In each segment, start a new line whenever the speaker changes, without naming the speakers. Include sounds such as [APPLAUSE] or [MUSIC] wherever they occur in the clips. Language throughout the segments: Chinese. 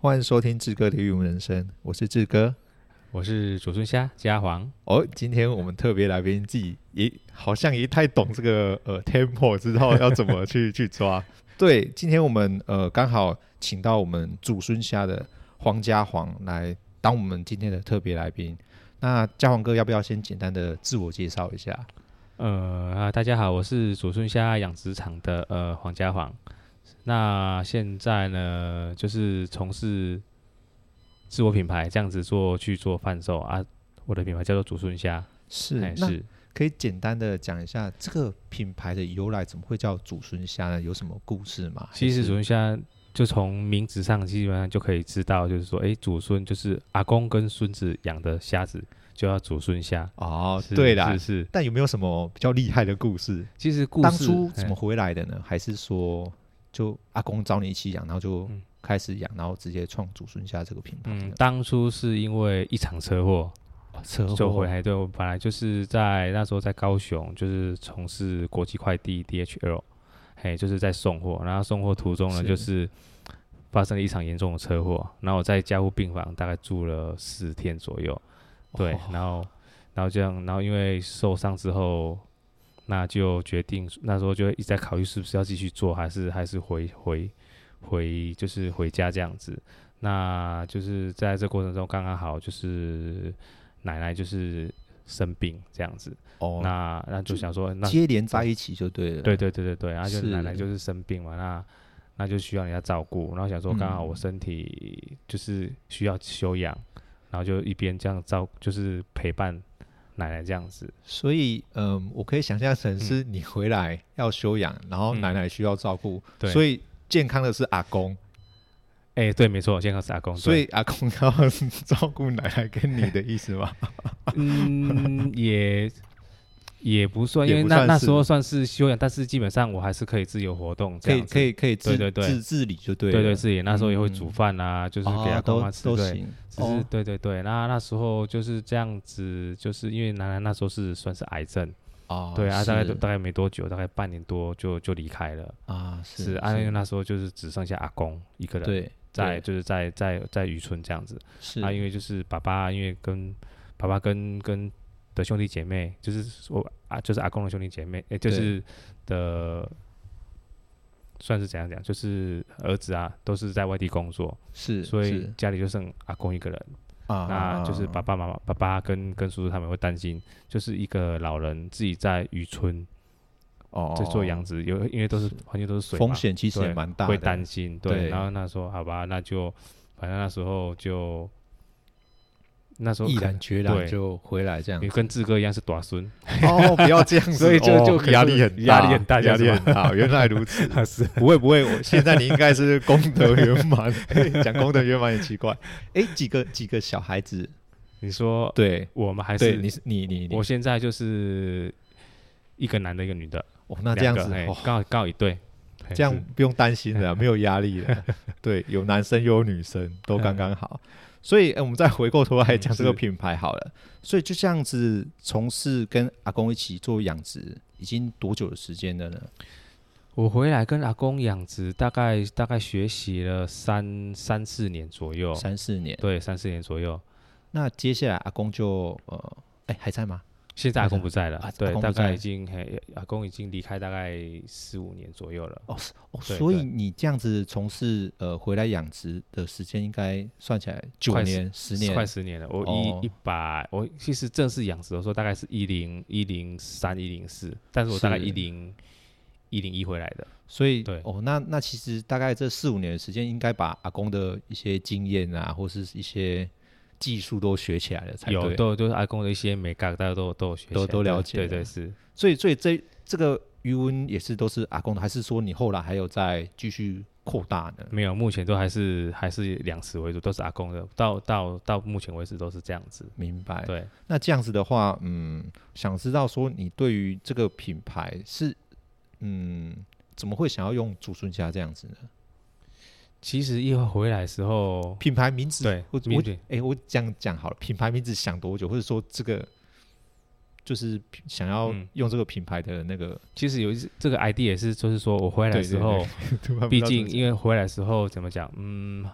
欢迎收听志哥的育文人生，我是志哥。
我是左春虾嘉黄，
哦，今天我们特别来宾自己也好像也太懂这个呃 tempo，知道要怎么 [LAUGHS] 去去抓。对，今天我们呃刚好请到我们祖孙虾的黄家黄来当我们今天的特别来宾。那家黄哥要不要先简单的自我介绍一下？
呃啊，大家好，我是左春虾养殖场的呃黄家黄。那现在呢，就是从事自我品牌这样子做去做贩售啊。我的品牌叫做左春虾，
是
哎
那
是
可以简单的讲一下这个品牌的由来，怎么会叫祖孙虾呢？有什么故事吗？
其实
还是
左孙虾就从名字上基本上就可以知道，就是说，哎，祖孙就是阿公跟孙子养的虾子，就叫祖孙虾。
哦，
是
对啦
是，是。
但有没有什么比较厉害的故事？
其实故事
当初怎
哎
么回来的呢？还是说就阿公找你一起养，然后就
嗯
开始养，然后直接创祖孙虾这个品牌
嗯，
呢？
当初是因为一场车祸，
哦车
就
祸
回来，对我本来就是在那时候在高雄，就是从事国际快递 DHL，嘿，就是在送货，然后送货途中呢，
是
就是发生了一场严重的车祸，然后我在加护病房大概住了四天左右，
[LAUGHS]
对，
哦
然后然后这样，然后因为受伤之后，那就决定那时候就一直在考虑是不是要继续做，还是还是回回回就是回家这样子。那就是在这过程中刚刚好就是奶奶就是生病这样子，
哦，
那那就想说那
接连在一起就对了。
对对对对对，然后就是奶奶就是生病嘛，那那就需要人家照顾，然后想说刚好
嗯
我身体就是需要休养，然后就一边这样照就是陪伴奶奶这样子，
所以嗯，我可以想象成是你回来要休养，然后
嗯
奶奶需要照顾，
对
所以健康的是阿公，
哎、对，没错，健康是阿公，哦对
所
[LAUGHS]
以阿公要照顾奶奶跟你的意思
[LAUGHS]
吗？
嗯，也也不算，因
也
为
不
那
算
那
是
时候算是休养，但是基本上我还是可以自由活动这
可以
样子，
可以可以自
对对对
自自理就对
对
了，
对自己那时候也会煮
嗯
饭啊，就是
哦
给阿公
都
妈吃，
都
对
行，哦
只是、对对对，那那时候就是这样子，就是因为奶奶那时候是算是癌症，
哦
对啊，大概都
是
大概没多久，大概半年多就就离开了，
啊
是啊，因为那时候就是只剩下阿公一个人，
对对
在就是在在在渔村这样子，
是
啊，因为就是爸爸，因为跟爸爸跟跟的兄弟姐妹，就是我啊，就是阿公的兄弟姐妹，也就是的，算是怎样讲，就是儿子啊，都是在外地工作，
是，
所以
是
家里就剩阿公一个人，
啊，
那就是爸
把
爸妈妈、爸爸跟跟叔叔他们会担心，就是一个老人自己在渔村
哦
在做养殖，有因为都是环境都是水嘛
风险其实也
对
蛮大的，
会担心，对。
对
然后那时候好吧，那就反正那时候就那时候
毅
可
然
能
决然
对
就回来这样
也。跟志哥一样是
[LAUGHS]
短孙，
哦，不要这样子，
[LAUGHS] 所以就
哦
就可是
压力很大
压力很大
压力
这样
很
子
大。原来如
[LAUGHS]
此，
是
不会不会，我现在你应该是功德圆
[LAUGHS]
满，讲功德圆满也奇怪。哎，几个几个小孩子，
你说
对
我们还
对，
是
你是你你你
我，现在就是一个男的，一个女的，
哦，那这样
两
子
个，嘿
哦
刚好刚好一对，嘿
这样
哎是
不用担心
[LAUGHS]
了，没有压力了。对，有男生又有女生，都刚刚好。所以、呃我们再回过头来讲
嗯
这个
是
品牌好了。所以就这样子，从事跟阿公一起做养殖，已经多久的时间了呢？
我回来跟阿公养殖，大概大概学习了三三四年左右，
三四年。
哦对，三四年左右。
那接下来阿公就呃，哎还在吗？
现在阿公不在了，
啊阿
对，
公不
大
在
概已经嘿，阿公已经离开大概四五年左右了。
哦是哦，
对
所以
对
你这样子从事呃回来养殖的时间，应该算起来九
快十
年、十年，
快十年了。我
哦
一一百，我其实正式养殖的时候大概是一零一零三一零四，但是我大概
是
一零一零一回来的。
所以
对
哦，那那其实大概这四五年的时间，应该把阿公的一些经验啊，或是一些技术都学起来了才
有
哎对。
都都是阿公的一些美感，大家都都有学起来，
都都了解嗯
对
了
对是，
所以，所以这这个余温也是都是阿公的，还是说你后来还有再继续扩大呢？
没有，目前都还是还是粮食为主，都是阿公的。到到到目前为止都是这样子。
明白。
对，
那这样子的话，嗯，想知道说你对于这个品牌是嗯，怎么会想要用祖孙家这样子呢？
其实一回来的时候，
品牌名字，
对
我
名字
我哎、我这样讲好了，品牌名字想多久，或者说这个就是想要
嗯
用这个品牌的那
[LAUGHS]
个，
其实有一这个 idea 也是，就是说我回来的时候，
突然不知
毕
道
竟
怎么
因为回来的时候怎么讲，嗯，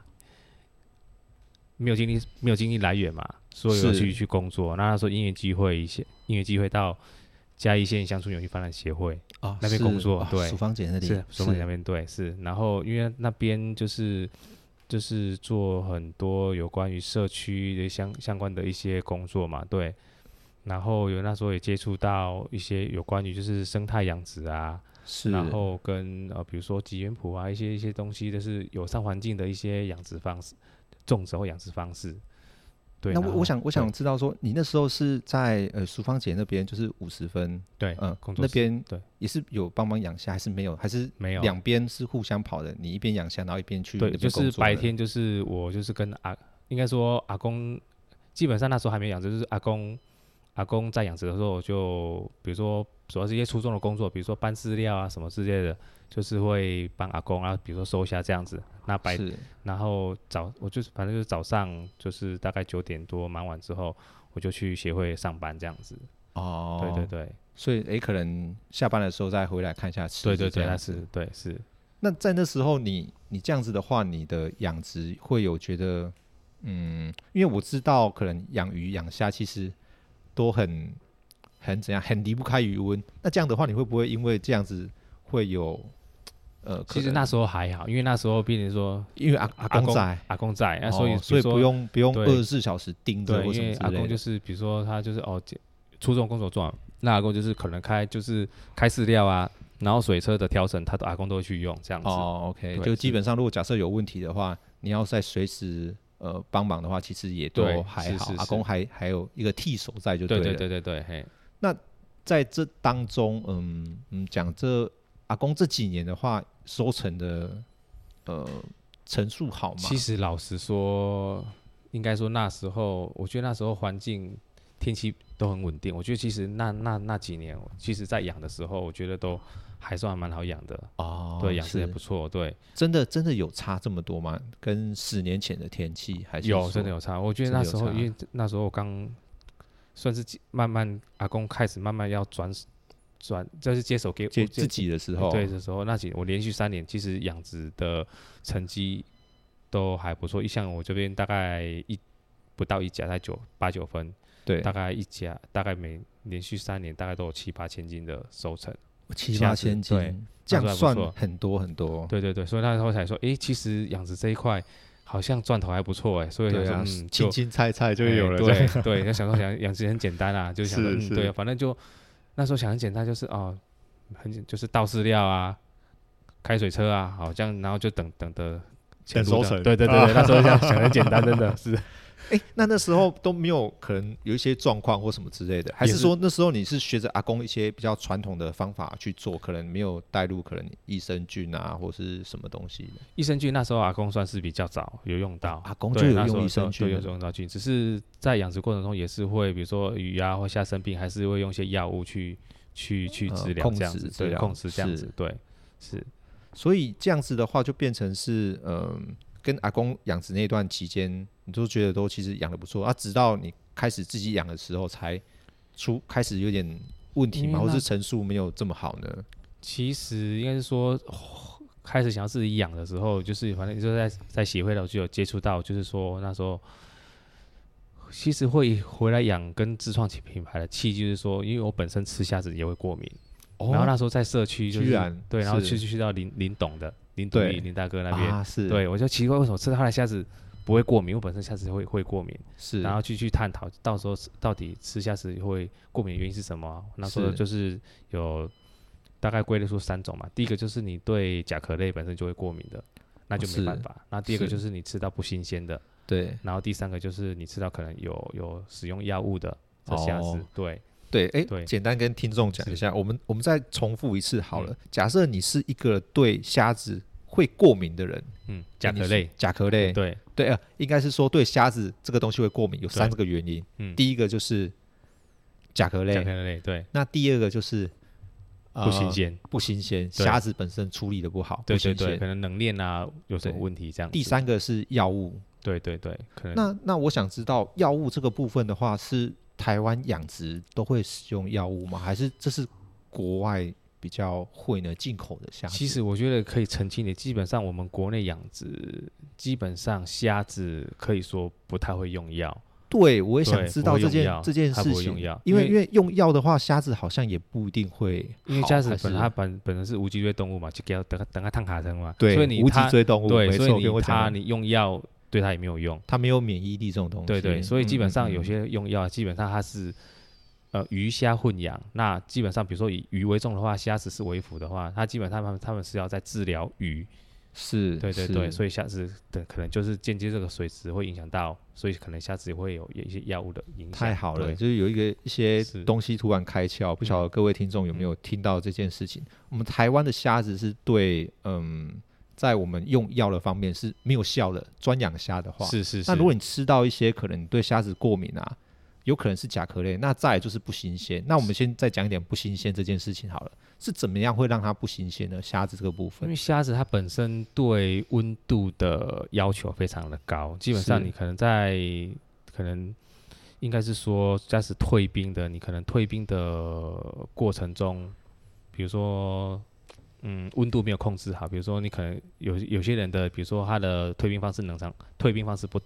没有经历没有经历来源嘛，所以有
是
去去工作。那那时候因缘机会一些，因缘机会到嘉义县乡村永续发展协会，
啊
那边工作对
淑芳姐那里
是松北那边对是，然后因为那边就是就是做很多有关于社区的相相关的一些工作嘛，对。然后有那时候也接触到一些有关于就是生态养殖啊，
是，
然后跟呃比如说吉原谱啊一些一些东西，就是友善环境的一些养殖方式、种植或养殖方式。对，
那
然
我
后
我想我想知道说，你那时候是在呃淑芳姐那边就是五十分，
对
嗯
工，作
那
室
边
对
也是有帮忙养虾，还是没有？还是
没有
两边是互相跑的，你一边养虾，然后一边去那
对，
边
就
工
是
作
白
的
天就是我就是跟阿，应该说阿公，基本上那时候还没养殖，就是阿公阿公在养殖的时候，我就比如说主要是一些粗重的工作，比如说搬饲料啊什么之类的，就是会帮阿公啊，比如说收虾这样子。那白
是
然后早我就是反正就是早上就是大概九点多忙完之后，我就去协会上班这样子。
哦，
对对，对
所以诶、可能下班的时候再回来看一下吃，
对对对，那
那
是对是
那在那时候你你这样子的话，你的养殖会有觉得，嗯，因为我知道可能养鱼养虾其实都很很怎样，很离不开鱼温。那这样的话，你会不会因为这样子会有呃，
其
可
实
能
那时候还好，因为那时候毕竟说
因为阿
阿
公
公
在，
阿公在，那、
哦
所以
所以不
用。
用不用
对
二十四小时盯着
对，
或
因
什么
为
之
阿
类
公
的
就。是比如说他就是哦，接初中工作状，那阿公就是可能开就是开饲料啊，然后水车的调整，他的阿公都会去用这样子。
哦，OK，
对
就是基本上如果假设有问题的话，你要再随时呃帮忙的话，其实也都
对
还
是
好
是。
阿
是
公还还有一个替手在，就
对
了
对对对对，嘿，
在这当中，嗯嗯，讲这阿公这几年的话，收成的呃成数好吗？
其实老实说，应该说那时候，我觉得那时候环境、天气都很稳定。我觉得其实那那那几年，其实在养的时候，我觉得都还算蛮好养的，
哦，
对，养殖也
是
不错，对，
真的真的有差这么多吗？跟十年前的天气还是
有
说
真的有差，我觉得
真的
那
有
时候
差
因为那时候我刚算是接慢慢阿公开始慢慢要转转，就是接手给
接
我
自己的时候，
哎对的时候，那几我连续三年其实养殖的成绩都还不错，一像我这边大概一不到一甲才九八九分，
对
大，概一甲大概每连续三年大概都有七八千斤的收成。
七
下
八
次
千
对
斤，这
那
样
时候
算
还不错
很多很多。
对对对，所以那时候才说，诶，其实养殖这一块好像赚头还不错诶，所以想
对
说、
啊
嗯，，就
青青菜菜就有了，
哎对对，那想说养养殖很简单啊，就是想说
是
嗯
是
对啊，反正就那时候想很简单，就是哦，很简就是倒饲料啊，开水车啊，好这样，然后就等等的
等收成啊
对对对对，那时候想想很简单，
[LAUGHS]
真的是
哎、那那时候都没有可能有一些状况或什么之类的，还
也
是
是
说那时候你是学着阿公一些比较传统的方法去做，可能没有带入可能益生菌啊或是什么东西的？
益生菌。那时候阿公算是比较早有用到，
啊阿公就
对，
有
那时候
用益生
就
菌
有用到菌，只是在养殖过程中也是会，比如说鱼啊或虾生病，还是会用一些药物去去去
呃
治疗
控
这样
制
子，
治
对
疗
控制这样
是
子，对，是
所以这样子的话，就变成是嗯、跟阿公养殖那段期间，你都觉得都其实养的不错啊，直到你开始自己养的时候，才出开始有点问题嘛，
因为
或
那
是成数没有这么好呢？
其实应该是说，哦开始想要自己养的时候，就是反正就在在协会的就有接触到，就是说那时候其实会回来养跟自创品牌的气，就是说，因为我本身吃虾子也会过敏，然后那时候在社区就是
哦居然
对，然后去
是
去到林林董的林董
对
林大哥那边，
啊是，
对我就奇怪为什么吃他的虾子不会过敏，我本身虾子会会过敏，
是，
然后去去探讨，到时候吃到底吃下时会过敏的原因是什么啊、那时候
是
就是有大概归类出三种嘛。第一个就是你对甲壳类本身就会过敏的，那就没
是
办法。那第二个
是
就是你吃到不新鲜的，
对。
然后第三个就是你吃到可能有有使用药物的这虾子。
哦
对，
对，哎、
对
简单跟听众讲
是嗯
一下，我们我们再重复一次好了。假设你是一个对虾子会过敏的人，
嗯，甲
你
壳
是
类，嗯
甲壳类，
对，
对啊、呃应该是说对虾子这个东西会过敏，有三个原因。
嗯，
第一个就是甲壳
甲
类，
壳类，对，
那第二个就是、呃
不新，鲜，
不新鲜，
对
虾子本身处理的不好，
对
不
对
新
对，
鲜
可。能冷链啊有什么
对
问题这样子。
第，三个是药物，
对对对，可能
那那我想知道药物这个部分的话，是台湾养殖都会使用药物吗？还是这是国外比较会呢进口的虾子？
其实我觉得可以澄清的，基本上我们国内养殖，基本上虾子可以说不太会用药。
对我也想
对
知
不
道
会
这
用
件
药
这件
它
事
不会
情
用，药
因为
因
因
为
为用药的话，虾子好像也不一定会好，
因为虾子
还
本
是
来它本本身是无脊椎动物嘛，就给它等它等它烫卡层嘛，
对，
所以你
无脊
它
椎动物，
对，
没
所
错，
以
跟我
你它
讲，
你用药对它也没有用，
它没有免疫力这种东西，
对对，所以基本上有
些。嗯
些用药基本上它是呃鱼虾混养，那基本上比如说以鱼为重的话，虾子是为辅的话，它基本上他们他们是要在治疗鱼，
是，
对对对，所
以
以虾子等可能就是间接这个水质会影响到，所以可能虾子也会有一些药物的影响。
太好了，
对
就是有一个一些
是嗯
东西突然开窍，不晓得各位听众有没有听到这件事情？我们台湾的虾子是对，嗯，在我们用药的方面是没有效的，专养虾的话，
是是是。
那如果你吃到一些可能你对虾子过敏啊，有可能是甲壳类，那再来就是不新鲜。那我们先再讲一点不新鲜这件事情好了，是怎么样会让它不新鲜呢？虾子这个部
因
分
为虾子它本身对温度的要求非常的高，基本上
是
你可能在可能应该是说，虾子退冰的，你可能退冰的过程中，比如说嗯温度没有控制好，比如说你可能有有些人的，比如说他的退冰方式冷藏退冰方式不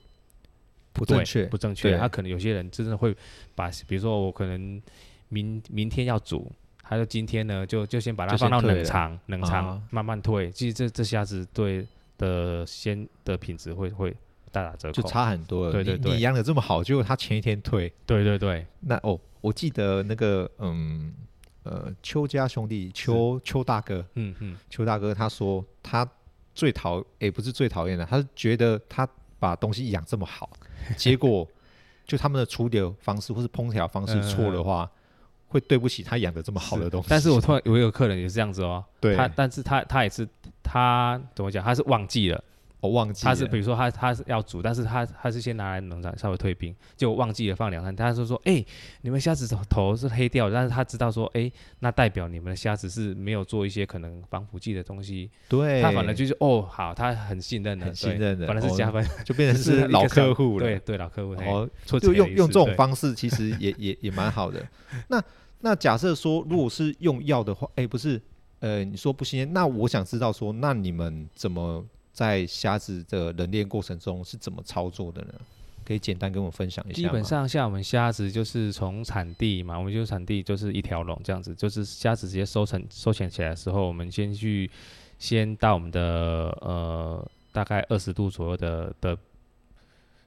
不
对
正确，
不正确。
对
他可能有些人真的会把，比如说我可能明明天要煮，他就今天呢就就先把它
就先
放到
退
冷
了
藏，冷藏、
啊
慢慢退。其实这这下子对的鲜的品质会会大打折
就
扣。
差很多了。
对对
你
对
你养的这么好，结果它前一天退。
对对对，
那哦，我记得那个嗯呃，邱家兄弟邱邱大哥，
嗯嗯，
邱大哥他说他最讨也、不是最讨厌的，他是觉得他把东西养这么
[LAUGHS]
好，结果就他们的处理方式或是烹调方式错的话，会对不起他养的这么好的东西。
但嗯是我突然我有客人也是这样子哦，
对
他但是他他也是他怎么讲？他是忘记了，
我忘记
他是
了
比如说他他是要煮，但是他他是先拿来冷藏稍微退冰，就忘记了放两三天。他就说：“哎、你们虾子头头是黑掉的，但是他知道说，哎、那代表你们的虾子是没有做一些可能防腐剂的东西。”
对，
他反而就是哦，好，他很信任的，
很信
对
任的
反而是
哦
加分，
[LAUGHS] 就变成
[LAUGHS] 就是一
老
个小
客户了。
对对，老客户，嘿
哦，
错
就
起来
用
也
用
是
这种
对
方式，其实也也也蛮好的。那那假设说，如果是用药的话，哎、不是，呃，你说不新鲜，那我想知道说，那你们怎么在虾子的冷链过程中是怎么操作的呢？可以简单跟我分享一下
基
吗
本上像我们虾子就是从产地嘛，我们就是产地就是一条龙这样子，就是虾子直接收成收钱起来的时候，我们先去先到我们的呃大概二十度左右的的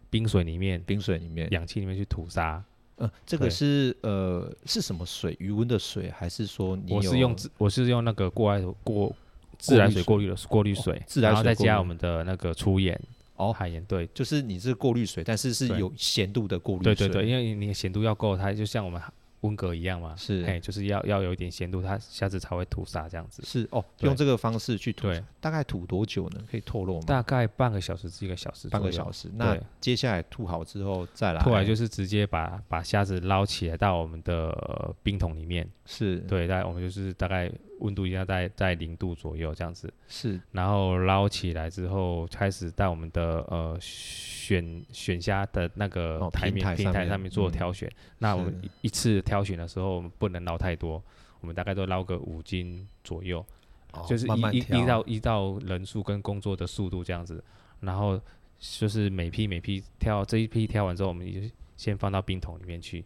冰水里面，
冰水里面，
氧气里面去吐沙。
呃，这个
对
是呃是什么水？余温的水，还是说你
我
有
是用自我是用那个过来过自来水过滤的过滤水，
哦自来
然后
水
再
过
加
滤
我们的那个粗盐
哦
海盐对。
就是你是过滤水，但是是
对
有咸度的过滤
对
水，
对对，因为你的咸度要够，它就像我们温格一样嘛，
是
哎，就是要要有一点咸度，它虾子才会吐沙这样子。
是哦，
对
用这个方式去吐，
对，
大概吐多久呢？可以透露吗？
大概半个小时至一个小时，
半个小。时。那
对
接下来吐好之后再来，
后来就是直接把把虾子捞起来到我们的呃冰桶里面，
是
对，大概我们就是大概温度一定要在在零度左右这样子，
是
然后捞起来之后开始在我们的呃选选虾的那个
哦
台
平
面、
台上
平台
面
上面做
嗯
挑选。那我们
是
一一次挑选的时候，我们不能捞太多，我们大概都捞个五斤左右。
哦
就是依
慢慢
依
调
依照依照人数跟工作的速度这样子，然后就是每批每批挑这一批挑完之后，我们就先放到冰桶里面去，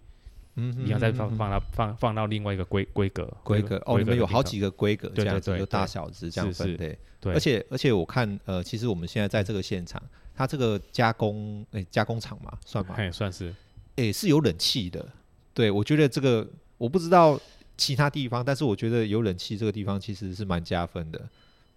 嗯哼
一样再放
嗯哼
放到放放到另外一个规规格
规格哦，你们有好
的
几个规格这
对
样
对
子，
对
有大
对
小只这样
是
分
是
类。
冰桶
而
对，
且而且我看呃，其实我们现在在这个现场，它这个加工诶加工厂嘛算吗？
嘿算是
诶是有冷气的。对，我觉得这个我不知道其他地方，但是我觉得有冷气这个地方其实是蛮加分的。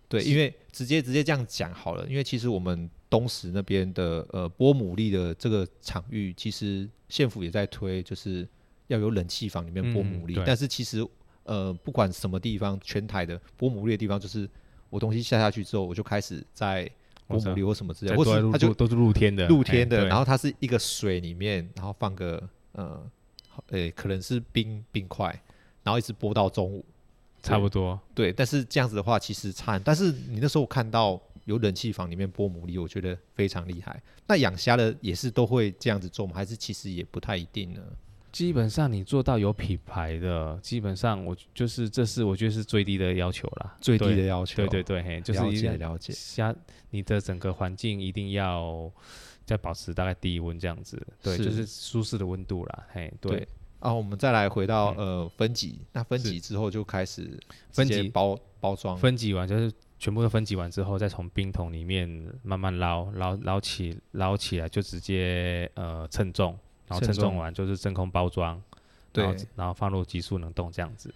对，因为直接直接这样讲好了，因为其实我们东石那边的呃波姆利的这个场域，其实县府也在推，就是要有冷气房里面波姆利，
嗯对
但是其实呃不管什么地方，全台的波姆利的地方，就是我东西下下去之后，我就开始在波
往
姆
上
利或什么之类
在
的，或
都在
者
露
它就
露都是露天的哎
露天的，哎然
后
后它是一个水里面，然后放个呃，好诶，可能是冰冰块，然后一直播到中午。
差不多
对，但是这样子的话，其实差很。但是你那时候我看到有冷气房里面播牡蛎，我觉得非常厉害。那养虾的也是都会这样子做吗？还是其实也不太一定呢？
基本上你做到有品牌的，基本上我就是这是我觉得是最低的要求啦，
最低
对
的要求，
对对对，嘿，就是
了
一
解
定
了解。
下你的整个环境一定要再保持大概低温这样子，对，
是
就是舒适的温度啦，嘿，对，
对啊，我们再来回到
嗯
呃分级，那分
是
级之后就开始
分
直接
级
包包装，
分级完就是全部都分级完之后，再从冰桶里面慢慢捞捞捞起捞起来，就直接呃称重，然后
称
称重
重
完就是真空包装，然
对
后。然后放入急速冷冻这样子。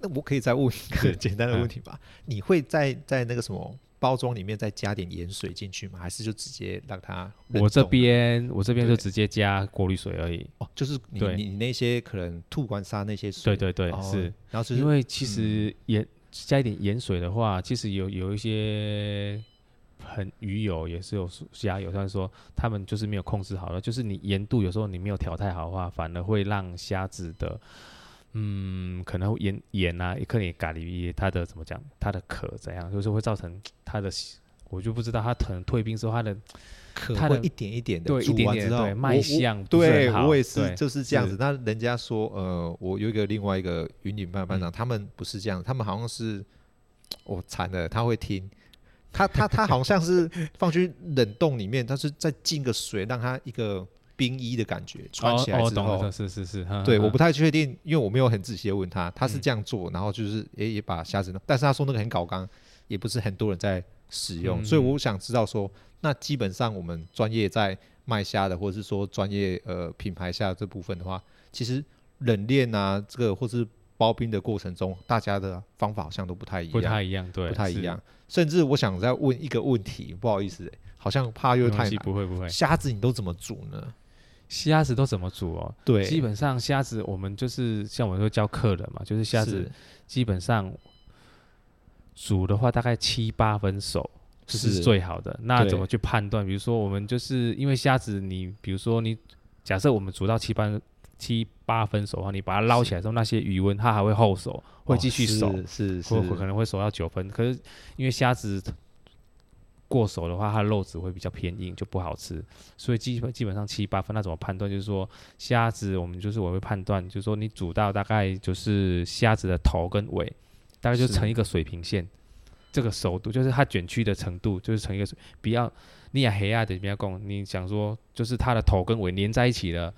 那我可以再问一个 [LAUGHS] 简单的
嗯
问题吧？你会在在那个什么包装里面再加点盐水进去吗？还是就直接让它冷
我这
冻
边我这边就
对
直接加过滤水而已。
哦，就是你
对
你你那些可能兔管沙那些水，
对对对，
哦
是，
然后就是嗯
因为其实盐、加一点盐水的话，其实有有一些很鱼友也是有说虾友，但是说他们就是没有控制好了，就是你盐度有时候你没有调太好的话，反而会让虾子的。嗯，可能盐盐啊，也可能也咖喱，它的怎么讲，它的壳怎样，就是会造成它的，我就不知道它可能退冰之后，它的
可
它
会
的
一点一点的
对一
煮
点
完
点
之后
对卖
我我
相不是
对
很好
我也是
对
就是这样子
是。
那人家说呃，我有一个另外一个云顶班
嗯
班长，他们不是这样，他们好像是我惨了，他会听。他他他好像
[LAUGHS]
是放去冷冻里面，但是再浸个水，让它一个冰衣的感觉，穿起来
哦哦，
之
懂
后，
了，是是是，呵
对，
呵
我不太确定，因为我没有很仔细的问他，他是
嗯
这样做，然后就是也也把虾子弄，但是他说那个很搞刚，也不是很多人在使用，
嗯
所以我想知道说，那基本上我们专业在卖虾的，或者是说专业呃品牌下这部分的话，其实冷链啊这个或是包冰的过程中，大家的方法好像都不太一样，
不太一样，对，
不太
是
一样，，甚至我想再问一个问题，不好意思欸、好像怕又
没关
太
系
难，
不会不会，
虾子你都怎么煮呢？
虾子都怎么煮哦？
对，
基本上虾子我们就是像我说教客人嘛，就是虾子
是
基本上煮的话大概七八分熟。这是
是
最好的。那
对
怎么去判断？比如说，我们就是因为虾子你，比如说你假设我们煮到七八七八分熟的话，你把它捞起来之后，那些余温它还会后熟，会继续熟。
哦是是
或
是
可能会熟到九分，可是因为虾子过熟的话，它的肉质会比较偏硬，就不好吃。所以基本基本上七八分，那怎么判断？就是说虾子，我们就是我会判断，就是说你煮到大概就是虾子的头跟尾，大概就是成一个水平线，这个熟度就是它卷曲的程度，就是成一个水比较你也黑暗的比较共，你想说就是它的头跟尾连在一起了。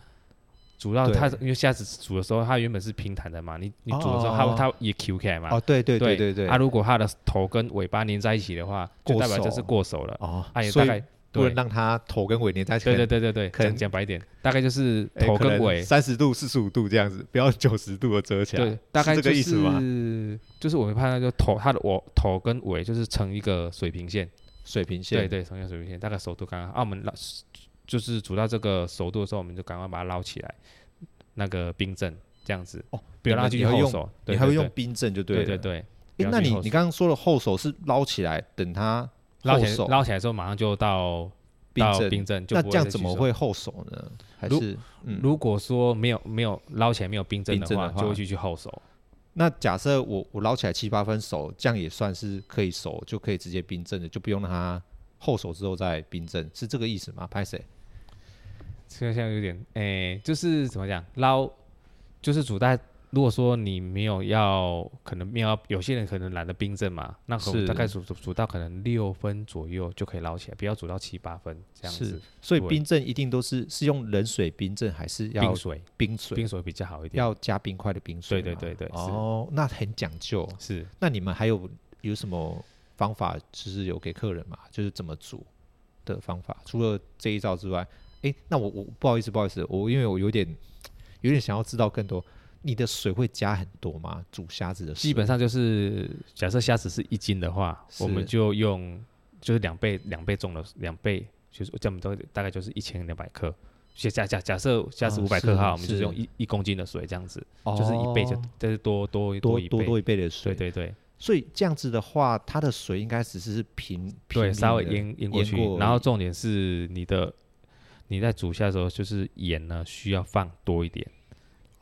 煮到它，
对
因为虾子煮的时候，它原本是平坦的嘛，你你煮的时候，
哦
它它也 Q 起来嘛，
哦，对对对
对
对对，
啊，如果它的头跟尾巴粘在一起的话，就
过
代表这
熟
是过熟了。
哦
啊，也
所
大
以
概
不
对
能让它头跟尾连在一起。
对对对对对，
可能哎
讲讲白一点，大概就是头跟尾，
三十度、四十五度这样子，不要九十度的折起来。
对，大概
是
就
这个意思吗？
是就是我们判断就头它的我头跟尾就是成一个水平线，
水平线，
对对，成一个水平线，大概熟度刚刚。啊，我们捞就是煮到这个熟度的时候，我们就赶快把它捞起来，那个冰镇这样子，
哦，
不要让它
你
去
还会
后
用，
熟，对
你还会
对
用
对
冰镇就
对
了。对
对对，不
诶
要
那
去
你
后
你
熟
刚刚说的后手是捞起来，等它
捞
后
起来
手
捞起来之后马上就到
冰
到
镇，
冰镇，就
那
不
这样
再
怎
去
么
熟
会后手呢？还
如
是嗯，
如果说没有没有捞起来没有冰镇
冰
的
镇
话，
的话
就会去去后手。
那假设我我捞起来七八分熟，这样也算是可以熟，就可以直接冰镇的，就不用让它后手之后再冰镇，是这个意思吗？拍谁？
这个现在有点诶、就是怎么讲捞，就是煮大。如果说你没有要，可能没有要，有些人可能懒得冰镇嘛，那可能
是
大概煮煮煮到可能六分左右就可以捞起来，不要煮到七八分这样
是
子。，
所以
对
冰镇一定都是是用冷水冰镇，还是要
冰水，
冰水？
冰水比较好一点。
要加冰块的冰水吗。
对对对对是
哦，那很讲究。
是
那你们还有有什么方法，就是有给客人嘛？就是怎么煮的方法？除了这一招之外，诶，那我我不好意思，不好意思，我因为我有点有点想要知道更多。你的水会加很多吗？煮虾子的水
基本上就是假设虾子是一斤的话，
是
我们就用就是两倍两倍重的两倍，就是这样都大概就是一千两百克。假假假假设虾子
哦
五百克
是
哈，我们就是是用一一公斤的水这样子，
哦
就是一倍就就是多多
多
一
多
倍
多，一倍的水。
对对对
所以这样子的话，它的水应该只是平平
对，
民
稍微
的
淹淹过去
淹过而已。
然后重点是你的你在煮虾的时候，就是盐呢需要放多一点。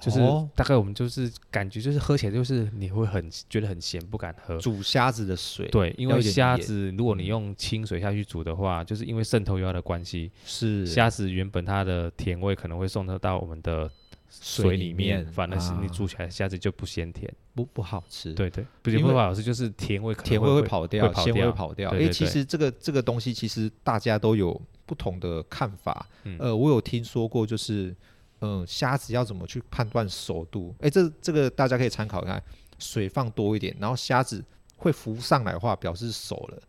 就是
哦
大概我们就是感觉就是喝起来就是你会很觉得很咸，不敢喝。
煮虾子的水。
对，因
要
为
有点
虾
盐
子如果你
嗯
用清水下去煮的话，就是因为渗透油的关系，
是
虾子原本它的甜味可能会渗透到我们的
水里面
反而是你
啊
煮起来下次就不鲜甜。
不不好吃，，
对对，不
因
是不
为
会老师就是甜味可能
甜味
会
会
会
跑掉，
跑
鲜味
掉
会跑掉。
对
诶，
对
其
对
实这个这个东西，其实大家都有不同的看法。
嗯
呃，我有听说过，就是嗯，虾子要怎么去判断熟度？诶，这这个大家可以参考看，水放多一点，然后虾子会浮上来的话，表示熟了。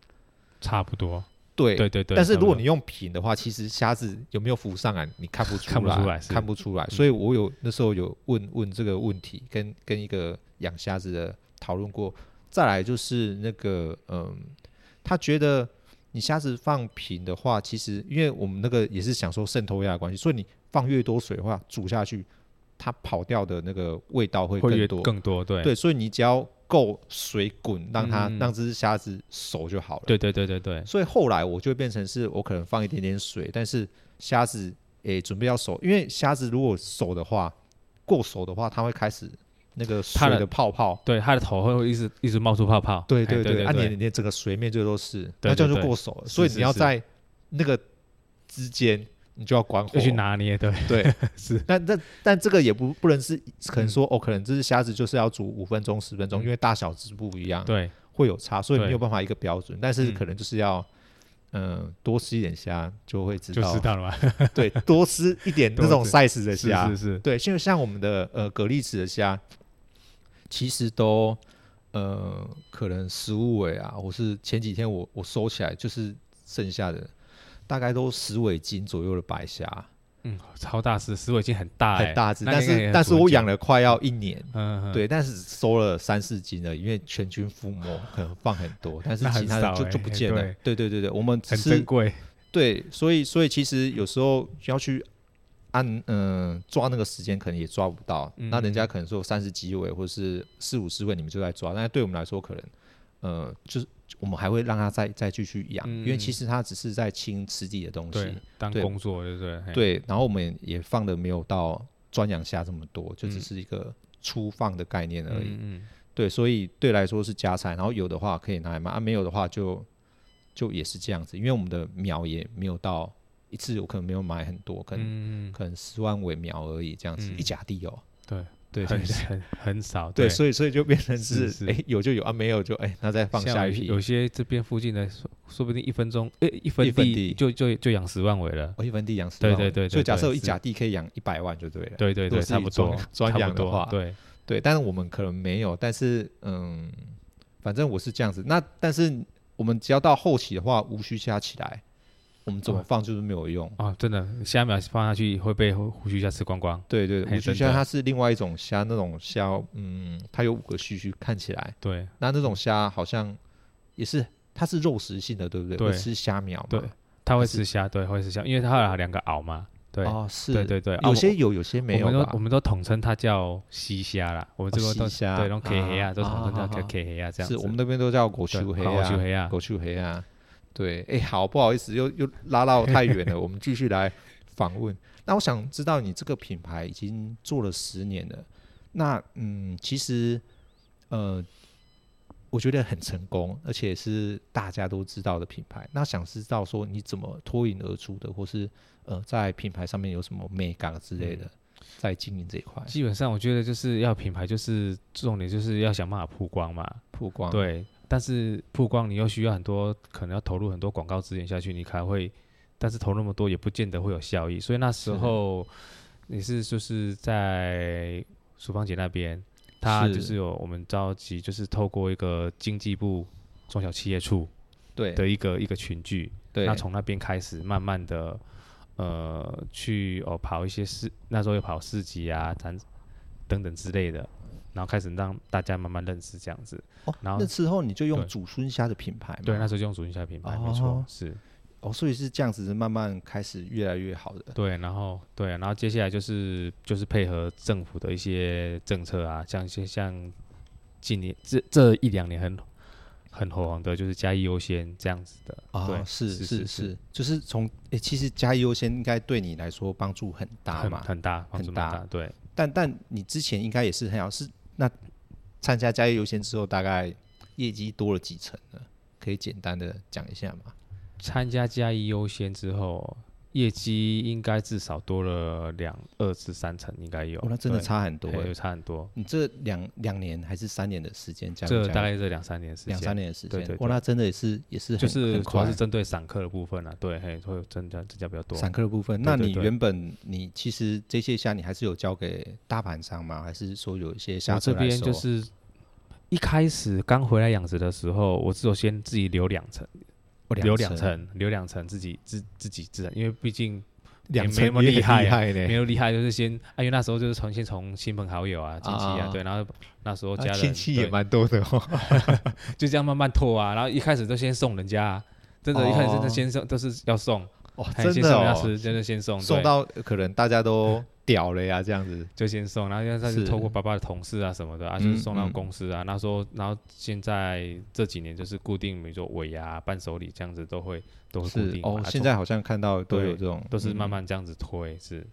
差不多。
对
对对对。
但是
差不
如果
多
你用品的话，其实虾子有没有浮上来，你看不出来，
看不出来是嗯
看不出来所以我有那时候有问问这个问题，跟跟一个养虾子的讨论过。再来就是那个，嗯，他觉得你虾子放平的话，其实因为我们那个也是享受渗透压的关系，所以你放越多水的话，煮下去它跑掉的那个味道会
会越
更多。
更多，对
对，所以你只要够水滚，让它、
嗯
让这只虾子熟就好了。
对对对对对，
所以后来我就变成是我可能放一点点水，但是虾子诶、准备要熟，因为虾子如果熟的话，过熟的话，它会开始那个水
它的
的泡泡。
对它的头会一直一直冒出泡泡，
对
哎
对
对
对，啊，你
对，
你整个水面最多是，
对
那这样就
对对
过熟了。
是
所以你
是
要
是
在那个之间，你就要管火嗯
要。去拿捏，对，
对，
[LAUGHS] 是
但但但这个也不不能是，可能说、哦，可能这只虾子就是要煮五分钟十分钟，
嗯
因为大小只不一样，
对
会有差，所以
对
没有办法一个标准，但是
嗯
可能就是要，嗯、多吃一点虾就会知
就
道，
知道了
[LAUGHS]
嘛，
对，
[LAUGHS]
多吃一点那种
多吃
size 的
是
虾，
是是，
对，就像我们的呃蛤蜊子的虾，其实都呃可能十五尾啊，我是前几天我我收起来，就是剩下的大概都十尾斤左右的白虾，
嗯，超大只，石尾已经很大，
很
哎
大只，
那
但
应该也
是
很
但
足
是我
够
养了快要一年，
嗯，嗯，
对，但是收了三四斤了，因为全军覆没，可能放很多，但是
那很
其他的
少
就、
欸
就不见了
对。
对对对对，我们只
很珍
是
贵，
对，所以所以其实有时候要去按嗯、抓那个时间，可能也抓不到。
嗯
那人家可能说三十几尾或者是四五十尾，你们就在抓，但是对我们来说，可能呃就是我们还会让它再再继续养，因为其
嗯
实它只是在清池底的东西
对。，当
对
工作，对不对？嘿，
对，然后我们也放的没有到专养虾这么多，就只
嗯
是一个粗放的概念而已。
嗯嗯，
对，所以对来说是加餐，然后有的话可以拿来卖，啊没有的话就就也是这样子，因为我们的苗也没有到一次，我可能没有买很多，可能、
嗯嗯，嗯
可能十万尾苗而已，这样子、
嗯
一甲地哦。
对
对
很
对对
很 [LAUGHS] 很少，
对，所以所以就变成是
是是
哎、有就有啊，没有就哎、那再放
像
下一
有些
批，
有些这边附近的，说说不定一分钟，诶，一分
一分地
地就就就养十万尾了，
哦一分地养十
对
万
对
尾
对对
所以假
对
设有一
是
甲地可以养一百万就对了。
对对
如果
对，
是
差
以
不多
专，专
差不
养的
多
话
对，
对，但是我们可能没有，但是嗯，反正我是这样子。那但是我们只要到后期的话，无需加起来，我们怎么
哦
放就是没有用。
哦，真的，下一秒放下去会被胡须虾吃光光，
对对，
嘿
无须
哎真
虾
的
它是另外一种虾，那种虾，嗯，它有五个须须，看起来，
对
那那种虾好像也是，它是肉食性的，对不对？会
对
吃虾苗嘛。
对，它会
还是
吃虾，对，会吃虾，因为它有两个螯嘛，对，
哦，是，
对对对，啊
有
我
些有，有些没有
我们
吧哦
都我？们都统称它叫西虾啦，我们这边都
西虾
对，用 K 黑
啊
啊，都统称
啊
它
啊
叫
啊
K 黑啊，这样
是
子。
我们那边都叫狗秋黑
啊，
啊
狗，黑啊，
狗去黑啊，对，哎、好，不好意思，又又拉到太远
[LAUGHS]
了，我们继续来访问。那我想知道你这个品牌已经做了十年了，那嗯，其实呃，我觉得很成功，而且是大家都知道的品牌。那想知道说你怎么脱颖而出的，或是呃，在品牌上面有什么美感之类
嗯
的，在经营这一块
基本上我觉得就是要品牌，就是重点就是要想办法曝光嘛，
曝光，
对。但是曝光你又需要很多，可能要投入很多广告资源下去，你才会，但是投那么多也不见得会有效益。所以那
是
时候你是就是在淑芳姐那边，她
是
就是有我们召集，就是透过一个经济部中小企业处
对
的一个一个群聚，
对，
那从那边开始，慢慢的，呃，去哦跑一些市，那时候有跑市集啊、展等等之类的，然后开始让大家慢慢认识这样子。
哦，
然后
那之后你就用
对
祖孙虾的品牌嘛，
对，那时候就用主力下品牌，没
哦
错，是
哦，所以是这样子，慢慢开始越来越好的。
对。然后对，然后接下来就是就是配合政府的一些政策啊，像一些像近年这这一两年很很火红的，就是加一优先这样子的。对，
是
啊是
是
是
是，就是从诶、其实加一优先应该对你来说帮助很大
很
嘛，
很大，帮
很
助
大
蛮大，对。
但但你之前应该也是很好，是那参加加一优先之后，大概业绩多了几成呢？可以简单的讲一下吗？
参加加一优先之后，业绩应该至少多了两二至三成，应该有。
哦，那真的
对
差很多
对
欸
有。差很多。
你这两两年还是三年的时间，加入
这
加
大
入
概这两三年时间，
两三年的时
对
间
对，
哇，
对
那真的也是也是很
就是
很
主要
快
是针对散客的部分啊，对，嘿，会有增加增加比较多。
散客的部分。
对
那
对
你
对
原本你其实这些虾你还是有交给大盘商吗？还是说有一些虾
我这
车来
边就
收
是一开始刚回来养殖的时候，我只有先自己留两层，
哦
留两层，留两层自己自自己自然，因为毕竟
两
也
层
没那么
也很
厉害啊
害
没
呢。
有厉害，就是先，啊因为那时候就是从先从亲朋好友啊、亲戚
啊
啊，对，然后那时候
啊
家人
亲戚也
对
蛮多的
[LAUGHS]
哦，
就这样慢慢拓啊，然后一开始都先送人家啊，真的，一开始真
哦
的先送都是要送，
哦，
嘿
真
先
的
送要
哦，
吃，真的先送，
送
对
到可能大家都屌了呀，这样子。
就先送，然后他
是
是透过爸爸的同事啊什么的啊，就
嗯
是送到
嗯
公司啊。那时候，然后现在这几年就是固定，比如说尾牙、伴手礼这样子都会都会固
是
定
哦
嘛，啊
现
从
在好像看到都有
对
这种，
都是
嗯
慢慢这样子推，是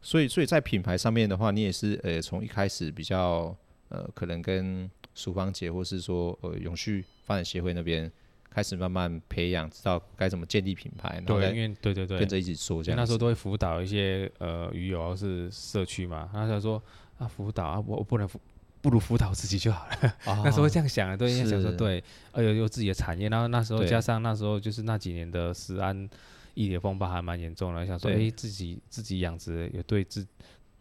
所以，所以在品牌上面的话，你也是呃，从一开始比较呃，可能跟厨房姐或是说呃永续发展协会那边开始慢慢培养，知道该怎么建立品牌，然后
对，因
再
为对对对，
跟着一起做这
因为
样子。
那时候都会辅导一些呃鱼友是社区嘛，然后他说啊辅导啊，我我不能辅，不如辅导自己就好了。
啊
那时候会这样想的，对，因为想说
是
对，呃有有自己的产业，然后那时候
对
加上那时候就是那几年的食安一点风暴还蛮严重的，想说哎、
对
诶自己自己养殖也对自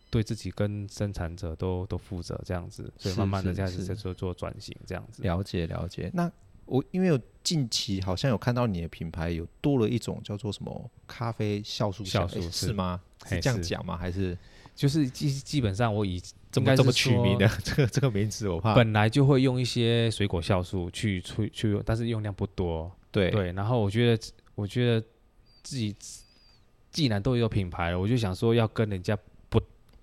对自己跟生产者都都负责这样子，所以
是
慢慢的
是
开始
是
在做做转型这样子。
了解了解。那我因为有近期好像有看到你的品牌有多了一种叫做什么咖啡酵素
酵
香
素
诶
是
是吗？是
嘿
这样
是
讲吗？还是
就是基基本上我以
怎
应该
么
是
怎么取
说
名的？这个这个名字我怕
本来就会用一些水果酵素去去去，但是用量不多，
对
对，然后我觉得，我觉得自己既然都有品牌了，我就想说要跟人家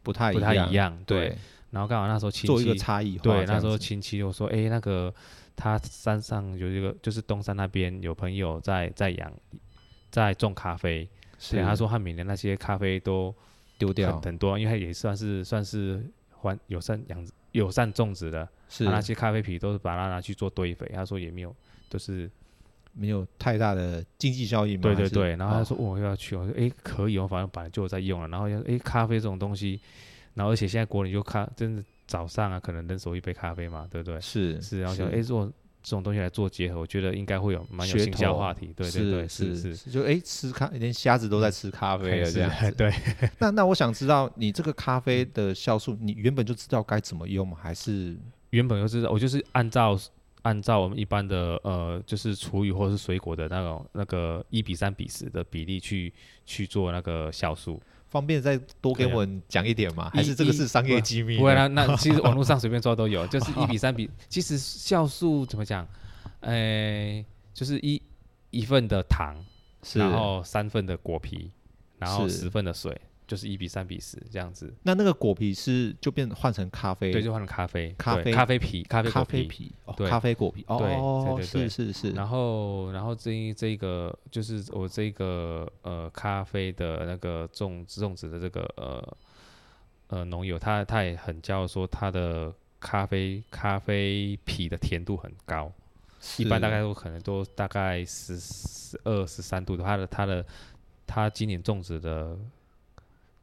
不太
不太
一
一样，对。
对，
然后刚好那时候亲戚
做一个差异化这
对，
样子。
那时候亲戚就说，哎、那个他山上有一个，就是东山那边有朋友在在养，在种咖啡，
是
对，他说他每年那些咖啡都
丢掉
很很多，因为他也算是算是环友善养殖友善种植的，啊
是
他那些咖啡皮都是把它拿去做堆肥，他说也没有，就是
没有太大的经济效益嘛。
对
还
对
是
对，然后他
哦
说、我要去，我说诶可以哦，反正本来就有在用了。然后要诶咖啡这种东西，然后而且现在国内就咖，真的早上啊，可能人手一杯咖啡嘛，对不对？
哦是
是，然后想诶，如果这种东西来做结合，我觉得应该会有蛮有
噱
营销
头
话题，对对对，
是
是，嗯
就哎吃咖连虾子都在吃咖啡了
是
这样子。
[LAUGHS] 对，嗯
那那我想知道你这个咖啡的酵素，你原本就知道该怎么用吗？还是
原本就是我就是按照按照我们一般的呃，就是厨余或者是水果的那种那个一比三比十的比例去去做那个酵素，
方便再多给
可以啊
我们讲一点吗？
一
还是这个
一
是商业机密呢？
不会啊
[LAUGHS]
啦，那其实网络上随便抓都有，就是一比三比。其实酵素怎么讲？诶、就是一一份的糖，
是。
然后三份的果皮，然后
是
十份的水，就是一比三比十这样子。
那那个果皮是就变换成咖啡，
对，就换成咖啡，
咖
对
啡
咖啡皮，咖啡
咖
果
啡
皮。
皮，哦
对
咖啡果皮，
对
哦，
对对
是
对
是是，
然后，然后这一这个就是我这个呃咖啡的那个种种植的这个呃呃农友，他他也很骄傲说他的咖啡咖啡皮的甜度很高，一般
是
大概都可能都大概十十二十三度的，它的它的它今年种植的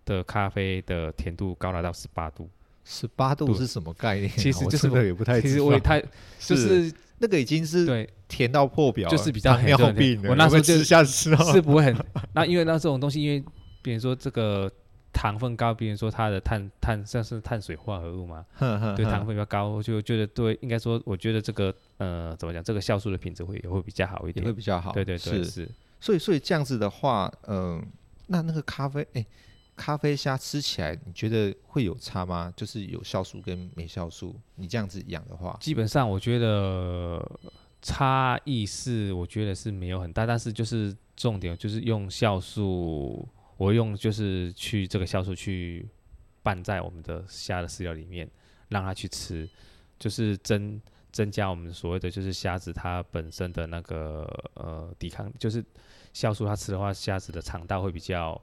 的咖啡的甜度高达到十八度，
十八度
对
是什么概念啊？
其实
我
就是
真的也不太
其
知
实我也
道
太就是
那个已经是
对
甜到破表了，
就是比较
糖尿
对对
病了。
我那时候
会吃
就
下吃 [LAUGHS] 到
是不会很那，因为那这种东西，因为比如说这个糖分高，比如说它的碳碳像是碳水化合物嘛，
哼嗯哼
对
哼
糖分比较高，我就觉得对，应该说我觉得这个呃怎么讲，这个酵素的品质会也会比较好一
也
点
会。比较好。
对对
是。
对，是
所以所以这样子的话，嗯、那那个咖啡，哎、咖啡虾吃起来，你觉得会有差吗？就是有酵素跟没酵素，你这样子养的话，
基本上我觉得差异是我觉得是没有很大，但是就是重点就是用酵素，我用就是去这个酵素去拌在我们的虾的饲料里面，让它去吃，就是增增加我们所谓的就是虾子它本身的那个呃抵抗，就是酵素它吃的话，虾子的肠道会比较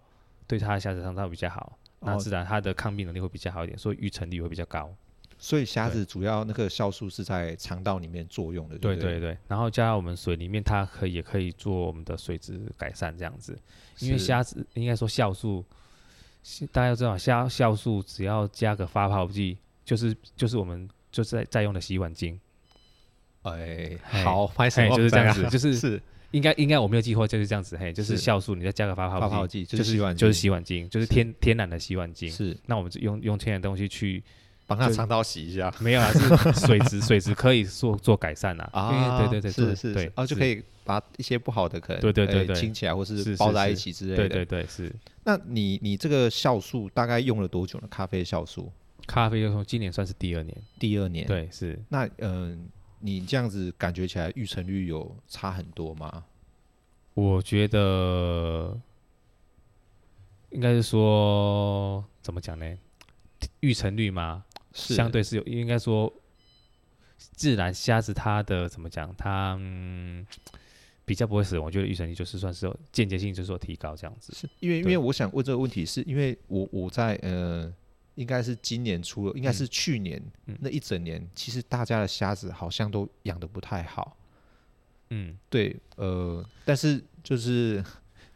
对它的虾子肠道会比较好，那
哦
自然它的抗病能力会比较好一点，所以育成率会比较高。
所以虾子主要那个酵素是在肠道里面作用的，
对
不
对对，然后加到我们水里面，它可以也可以做我们的水质改善这样子。因为
是
虾子应该说酵素，是大家都知道虾酵素只要加个发泡剂，就是就是我们就是在在用的洗碗巾，
哎，
嘿
好，拍
嘿
什么
就是这样子就是是
是
应该应该我没有记错就是这样子，嘿，就是
是
酵素，你再加个发泡
泡
剂，
泡剂，就
就是
洗碗
就是
巾
洗碗巾，就是
是
天天然的洗碗巾。
是
那我们就用用天然的东西去，
帮他
就
肠道洗一下
没有
[LAUGHS]
啊，是水质水质可以做做改善啦。
啊，
因为对对对，
是
对
是
对
是，啊就可。以把一些不好的可能
对对对
哎
对
清起来，或是
是
包
是
在一
是
起之
是
类
对
的
对。对，是
那你你这个酵素大概用了多久呢？咖啡酵素
咖啡就从今年算是第二年，
第二年，
对，是
那嗯，你这样子感觉起来育成率有差很多吗？
我觉得应该是说怎么讲呢？育成率嘛，
是
相对是有，应该说自然虾子它的怎么讲，它嗯比较不会死亡。我觉得育成率就是算是有间接性，就是有提高这样子。
是因为因
对
为我想问这个问题，是因为我我在呃，应该是今年出了，应该是去年、
嗯
那一整年，其实大家的虾子好像都养的不太好。
嗯，
对，呃，但是就是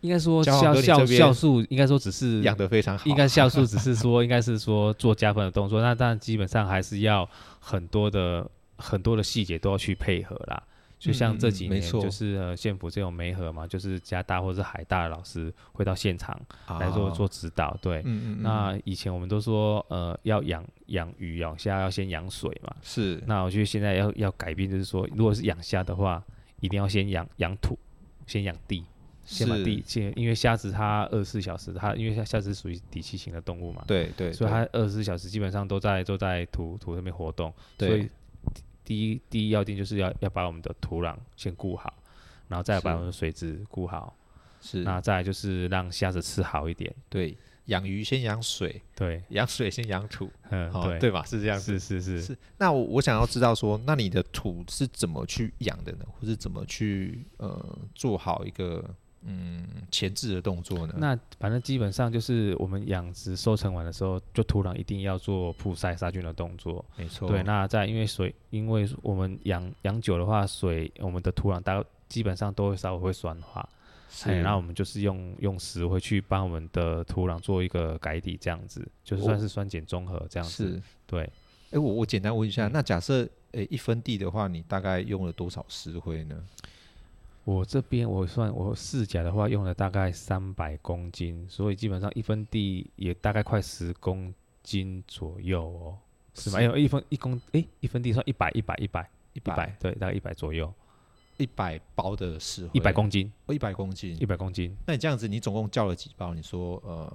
应该说
嘉豪
酵
哥你
酵
这边
酵素，应该说只是
养的非常好，
应该酵素只是说，应该是说做加分的动作，那但基本上还是要很多的很多的细节都要去配合啦。就像这
嗯嗯
几
嗯没
年，
错
就是呃，县府这种媒合嘛，就是加大或者是海大的老师会到现场
啊
来做做指导。对，
嗯嗯嗯，
那以前我们都说呃要养养鱼养虾要先养水嘛，
是
那我觉得现在要要改变，就是说如果是养虾的话，一定要先养养土，先养地。先把
是
地，先因为虾子它二十四小时，它因为虾虾子属于底栖型的动物嘛，
对对，
所以
对
它二十四小时基本上都在都在土土上面活动，所
对
以第第一第一要件就是要要把我们的土壤先顾好，然后再把
是
我们的水质顾好，
是
那再来就是让虾子吃好一点，
对养鱼先养水，
对，
养水先养土，
嗯，
好
对，
对吧？是这样子。
是是是，
是，那我我想要知道说，那你的土是怎么去养的呢？或是怎么去呃做好一个嗯前置的动作呢？
那反正基本上就是我们养殖收成完的时候，就土壤一定要做曝晒杀菌的动作，
没错，
对，那在因为水，因为我们养养久的话，水我们的土壤大基本上都会稍微会酸化，
是
哎，那我们就是用用石灰去帮我们的土壤做一个改底，这样子就是算
哦
是酸碱中和这样子。
是。
对，
哎、我我简单问一下，
嗯
那假设诶、一分地的话，你大概用了多少石灰呢？
我这边我算我试甲的话用了大概三百公斤，所以基本上一分地也大概快十公斤左右哦，是吗？哎
是
呦，一分一公哎一分地算一百一百一百
一
一百，对，大概一百左右，
一百包的石灰，
一百公斤，
一百公斤
一。百公斤。
那你这样子，你总共叫了几包？你说呃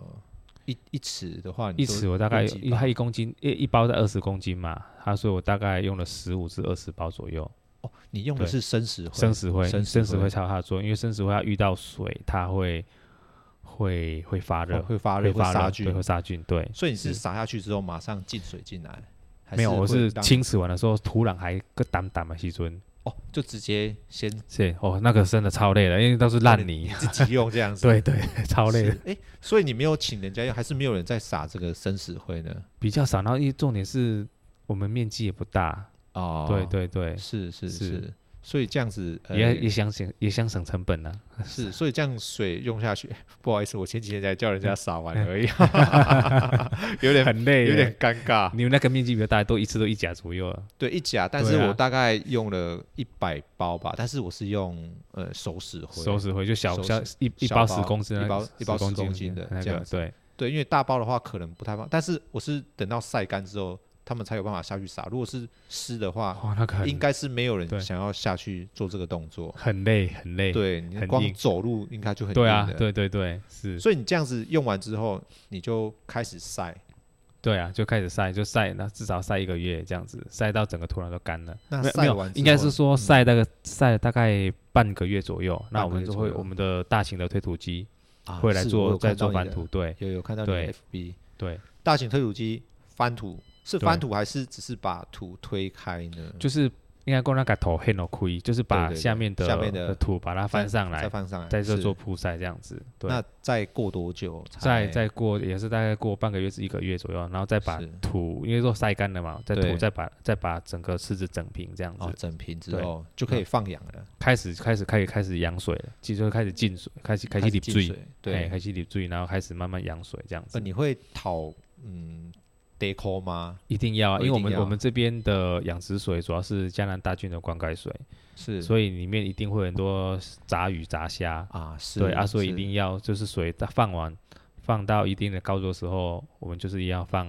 一一尺的话，你
一
说
尺我大概
用几
一
包
它一公斤一一包在二十公斤嘛，它所以我大概用了十五至二十包左右
哦，你用的
对
是生石灰，
生石灰，
生
生
石
石
灰
灰才有它的作用，因为生石灰它遇到水，它会会会发热
哦，会发
它
热，
发
杀
热，
菌
对，，会杀菌，对。
所以你是
是
撒下去之后马上进水进来？还
没有，我
会
是
让
清洗完的时候，土壤还个淡淡的细菌，
哦，就直接先 [LAUGHS]
是哦，那个真的超累的，因为都是烂泥，
自己用这样子。
对 [LAUGHS] 对，超累的
是，，哎，所以你没有请人家用，还是没有人在撒这个生石灰呢？
比较少。然后一重点是我们面积也不大，
哦，
对，对对，
是是
是
是，所以这样子呃
也也想省也想省成本
[LAUGHS]
呢。
是，所以这样水用下去， [LAUGHS] 不好意思，我前几天才叫人家撒
哎
完而已， [LAUGHS] 有点
很累耶
有点尴尬。
你们那个面积比较大，都一次都一甲左右了。
对，一甲，但是
对啊
我大概用了一百包吧，但是我是用呃熟石灰，
收拾回就小
收拾
小一一
小
包
包
十公斤的
一
那
包
个，
一包
10
10公
公
斤的
那
这
个
样，子
对，
对，因为大包的话可能不太方，但是我是等到晒干之后，他们才有办法下去撒。如果是湿的话，
哇，那个很
啊应该是没有人
对
想要下去做这个动作。
很累很累，
对，你
很
光
硬
走路应该就很
对
硬
啊
的，
对对对是，
所以你这样子用完之后，你就开始晒。
对啊，就开始晒，就晒，那至少晒一个月这样子，晒到整个土壤都干了。
那
没有
晒
没有
完之
应该
后
是说晒大概晒了大概半个月左右，那
半
我
个
们
月
就
左
会
右
我们的大型的推土机
啊
会来
是我
做
有
再
看
做
到你
翻
的嗯
土，，对
有有看到你的
对
FB
对，
大型推土机翻土是
对
翻土还是只是把土推开呢？
就是应该够那个头很哦亏，就是
对
把
对对
下面的
下面的
土把它翻上来
再，放上来，
在这
哎是
做。铺晒这样子。对，
那再过多久才？
再再过也是大概过半个月至一个月左右，然后再把
是
土，因为都晒干了嘛，再
对
土再把再把整个池子整平这样子，
哦，整瓶之
对
后就可以放养了，
开始开始开始开始养水了，其实就开始进水，开始开始
始
滴
进
水，
水
嘿
对，
开始滴水，然后开始慢慢养水这样子
呃，。你会讨嗯 deco 吗？
一定要啊，
哦
因为
一
我
定
们
要
我们这边的养殖水主要是加拿大郡的灌溉水，
是，
所以里面一定会有很多杂鱼杂虾，
啊，是
对啊，所以一
是
定要就是水大放完，放到一定的高度的时候，我们就是一定要放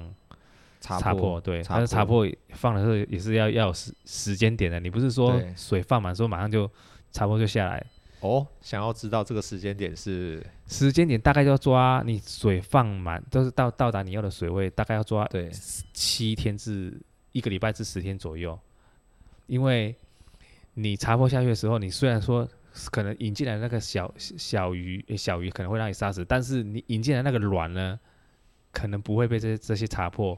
擦
破，对，
擦
但是擦
破
破放的时候也是要要有时时间点的，你不是说
对
水放满之后马上就擦破就下来，
哦。想要知道这个时间点是
时间点大概就要抓你水放满，就是到到达你要的水位，大概要抓
对
七天至一个礼拜至十天左右，因为你查破下去的时候，你虽然说可能引进来那个小小鱼诶小鱼可能会让你杀死，但是你引进来那个卵呢，可能不会被这些这些查破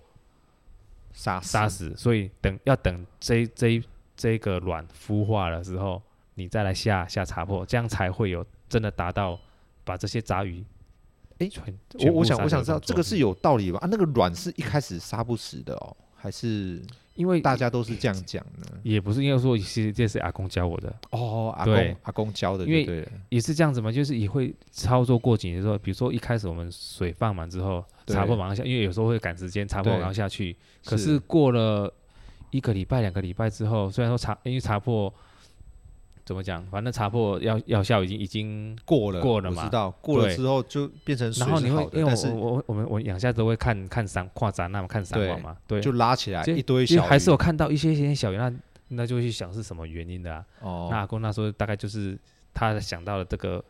杀
杀
死
死，所以等要等这一这一这一个卵孵化了之后，你再来下下查破，这样才会有真的达到把这些杂鱼
诶
全。全
我
部
我想
杀
我
死
想
的
知道
动
这
作
个是有道理吧？啊，那个卵是一开始杀不死的哦，还是
因为
大家都是这样讲呢？
也不是因为说，其实这是阿公教我的，
哦，阿
对
公阿公教的就
因为
对了，
也是这样子嘛，就是也会操作过紧的时候，比如说一开始我们水放满之后，
对
茶破马上下，因为有时候会赶时间，茶破
对
马上下去。可是过了一个礼拜、两个礼拜之后，虽然说茶，因为茶破怎么讲，反正茶破药药效已经已经，
过了
过了
我
嘛
知道过了
对
之后就变成水
然后你
是
会
好的，
因为
但是
我我我我们我养虾都会看看散跨展那看散网嘛，对，
就拉起来
就
一堆
因为
小
还
鱼
是有看到一些一些小鱼，那那就会去想是什么原因的啊。那
哦，
阿公那时候大概就是他想到了这个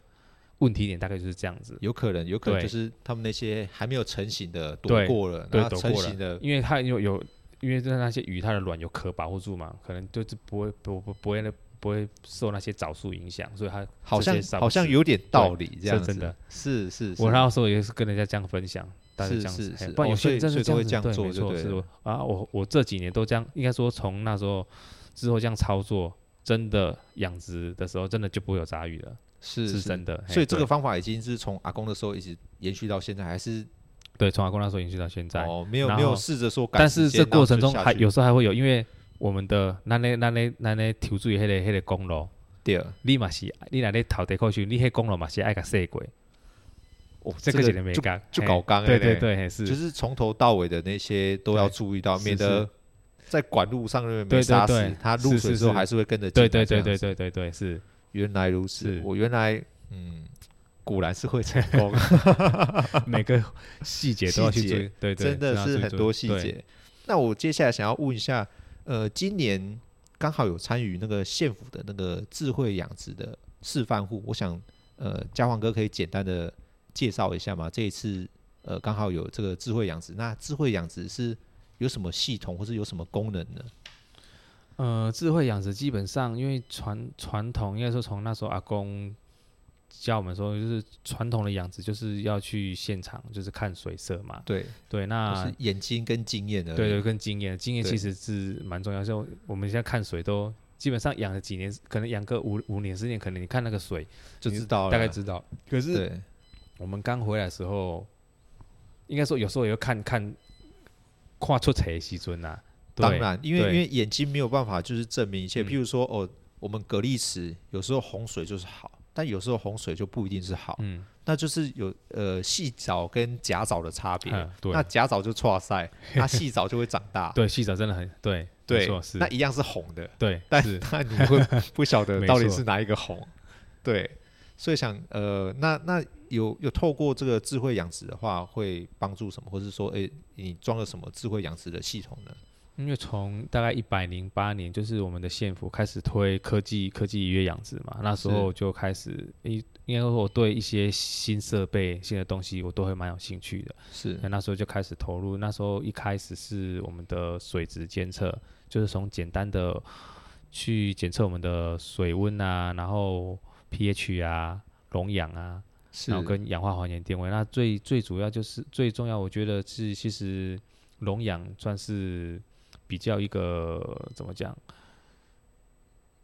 问题点，大概就是这样子。
有可能有可能
对
就是他们那些还没有成型的躲
对
过了，
对
然后
躲
成
过了
型的
因为它有有，因为那那些鱼它的卵有壳保护住嘛，可能就是不会不不不会那不会受那些藻素影响，所以它
好像
这些杀不
好像
死
有点道理，这
是
样子
真的。
是是，是
我那时候也是跟人家这样分享，大家
是
这样子
是
嘿
是
不然
哦
有
所
些
以
人真
所
的
以都会这样
对
做
没
就
错
对
是
了
我啊，我我这几年都这样，应该说从那时候之后这样操作，真的养殖的时候真的就不会有杂鱼了，
是
是真的。嘿
所以这
对
个方法已经是从阿公的时候一直延续到现在，还是
对从阿公那时候延续到现在，
哦没有
然
没有
后
试着说赶
但
时
是
间，
这过程中
然后
还
就下去
有时候还会有，因为我们的那那那那那那投注的那个那个公路。
第二，
你嘛是，你若咧头地过去，你迄公路嘛是爱甲设过，
哦
这个一个美
就
感，
就
嘿
搞刚
对
欸
对
嘞
对，嘿是，
就是从头到尾的那些都要
对
注意到，
是
免得在管路上面
对
没
对
杀
对
死，它入
是
水
是
之后
是
还是会跟着进
对
来。
对对
这样
对
子，
对对对是，
原来如此
是，
我原来嗯，果然是会成
[LAUGHS]
功， [LAUGHS]
每个细节都要去
细
注
节
意，对对，
真的是很多细节。那我接下来想要问一下，呃，今年刚好有参与那个县府的那个智慧养殖的示范户，我想，呃，嘉煌哥可以简单的介绍一下吗？这一次，呃，刚好有这个智慧养殖，那智慧养殖是有什么系统或是有什么功能呢？
呃，智慧养殖基本上因为传传统，应该说从那时候阿公教我们说，就是传统的养殖就是要去现场，就是看水色嘛，
对，就
对，
是
那
眼睛跟经验而已。
对对，跟经验，经验
对
其实是蛮重要。像我们现在看水都基本上养了几年，可能养个五五年十年，可能你看那个水。
就知道了，
大概知道。可是
对，
我们刚回来的时候，应该说有时候也要看看跨出彩的西尊呐。对
当，然，因为因
对
为眼睛没有办法就是证明一切。
嗯
譬如说，哦，我们蛤蜊池有时候洪水就是好，但有时候洪水就不一定是好，
嗯，
那就是有呃细藻跟假藻的差别。
嗯
那
对，。
假藻就错塞，它细藻就会长大
对，细藻真的很 [LAUGHS] 对，
对
没错是
那，一样是红的， [LAUGHS]
对，
但
是
那你会不晓得
[LAUGHS] 没
到底
错
是哪一个红。对，所以想呃，那那有有透过这个智慧养殖的话，会帮助什么，或是说，诶，你装了什么智慧养殖的系统呢？
因为从大概一百零八年，就是我们的县府开始推科技科技渔业养殖嘛，那时候就开始应应该说我对一些新设备、新的东西，我都会蛮有兴趣的。
是
那那时候就开始投入。那时候一开始是我们的水质监测，就是从简单的去检测我们的水温啊，然后 pH 啊、溶氧啊，
是
然后跟氧化还原电位。那最最主要就是最重要，我觉得是其实溶氧算是比较一个怎么讲？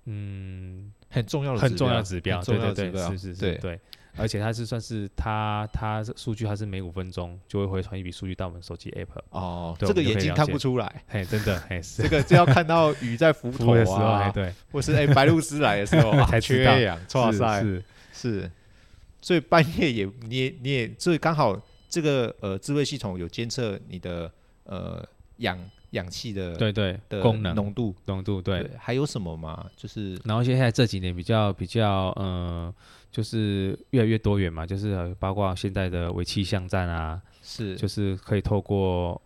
嗯，
很重要的
很重要的
指
指标，
很重
对
要的
对
指
对，
标
是是是，
对
对，而且它是算是它它数据，它是每五分钟就会回传一笔数据到我们手机 app，
哦，
对
这个
我们就
眼
可以
睛
了
看
解
不出来，
嘿，真的，嘿，
这
是
个这要看到鱼在浮
[LAUGHS] 服务
头
的时候，嘿，
啊，
对，
或是哎白鹭鸶来的时
[LAUGHS]
候啊
才
缺
知道
氧，哇
是
塞，
是，
是，所以半夜也你也你也，所以刚好这个呃智慧系统有监测你的呃氧氧气的
对对，
的
功能
浓度，
浓度，对，，
还有什么吗？就是
然后现在这几年比较比较，呃，就是越来越多元嘛，就是呃包括现在的微气象站啊，
是
就是可以透过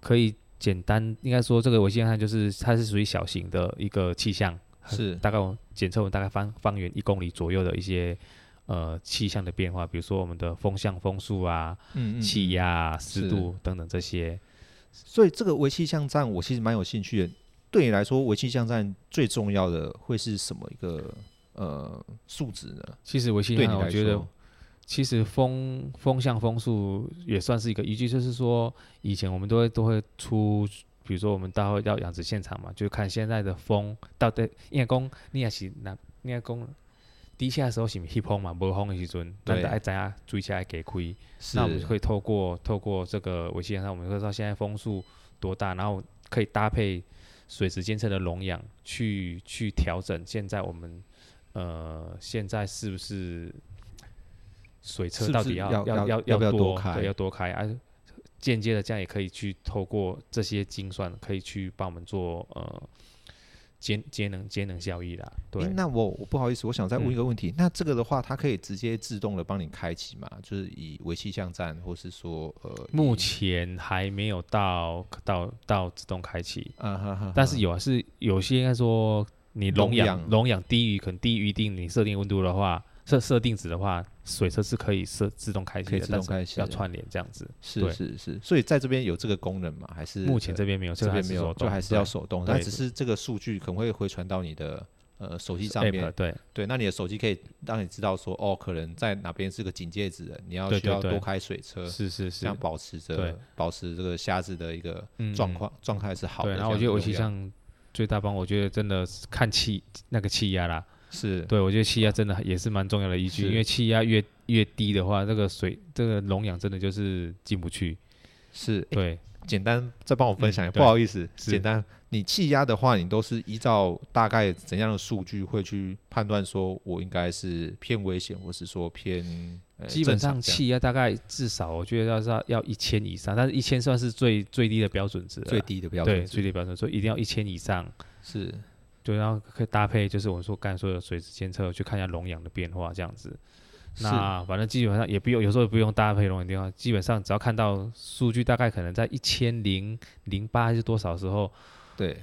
可以简单，应该说这个微气象站就是它是属于小型的一个气象，
是
大概我检测我们大概方方圆一公里左右的一些呃气象的变化，比如说我们的风向、风速啊、
嗯嗯，
气压啊、湿
是
度等等这些。
所以这个微气象站我其实蛮有兴趣的。对你来说，微气象站最重要的会是什么一个呃数值呢？
其实微气
对你
象，啊我
来
觉得
说，
其实风风向风速也算是一个依据，就是说以前我们都会都会出，比如说我们大会到养殖现场嘛，就看现在的风到底应该讲你也是那应该讲低下的时候是不是风嘛，无风的时阵，咱
对
就爱知影追起来给开。
是
那我们可以透过透过这个微气象上，我们会知道现在风速多大，然后可以搭配水质监测的溶氧去去调整现在我们呃现在是不是水
是
车
不
到
是
底
要
要
要
要
要不要
多
多开
对，要多开啊。间接的，这样也可以去透过这些精算，可以去帮我们做呃节节能节能效益啦。对，
诶那我我不好意思，我想再问
嗯
一个问题。那这个的话，它可以直接自动的帮你开启嘛？就是以微气象站，或是说呃，
目
以
前还没有到到到自动开启，
啊哈哈，
但是有啊，是有些应该说你溶
溶
氧
氧
溶氧低于可能低于一定你设定温度的话，设设定值的话，水车是可以设自动开启啊
可以
的，
自
但
动
是
开启
要
的
串联这样子。
是
对
是是，所以在这边有这个功能嘛？还是
目前
呃
这边没有，
这
个还
边
是
没有，
手
就
动
还是要
对
手动，
对
但只是这个数据可能会回传到你的呃手机上
app
面。
对
对，那你的手机可以让你知道说，哦，可能在哪边是个警戒值的，你要
对
需
对
要
对
多开水车，
是是
这
是
样保持
对
着保持这个虾子的一个
嗯
状
嗯
况状态是好
对。
的。
然后我
这
觉
样
得我
子
其
流
实
量
上最大帮我觉得真的是看气那个气压啦，
是
对我觉得气压真的也是蛮重要的依据，
是
因为气压越越低的话，这个水这个溶氧真的就是进不去。
是
对，
简单再帮我分享一
嗯
下，
对
不好意思，
是
简单。你气压的话，你都是依照大概怎样的数据会去判断，说我应该是偏危险，或是说偏、呃、
基本
正
上
常这样
气压大概至少我觉得要是要要一千以上，但是一千算是最最低的标准值了啦，
最低的标
对
准
最
值
低标准，所以一定要一千以上，
是
对，然后可以搭配就是我说刚才说的水质监测去看一下溶氧的变化这样子。
是
那反正基本上也不用，有时候也不用搭配溶氧变化，基本上只要看到数据大概可能在一千零零八还是多少时候，
对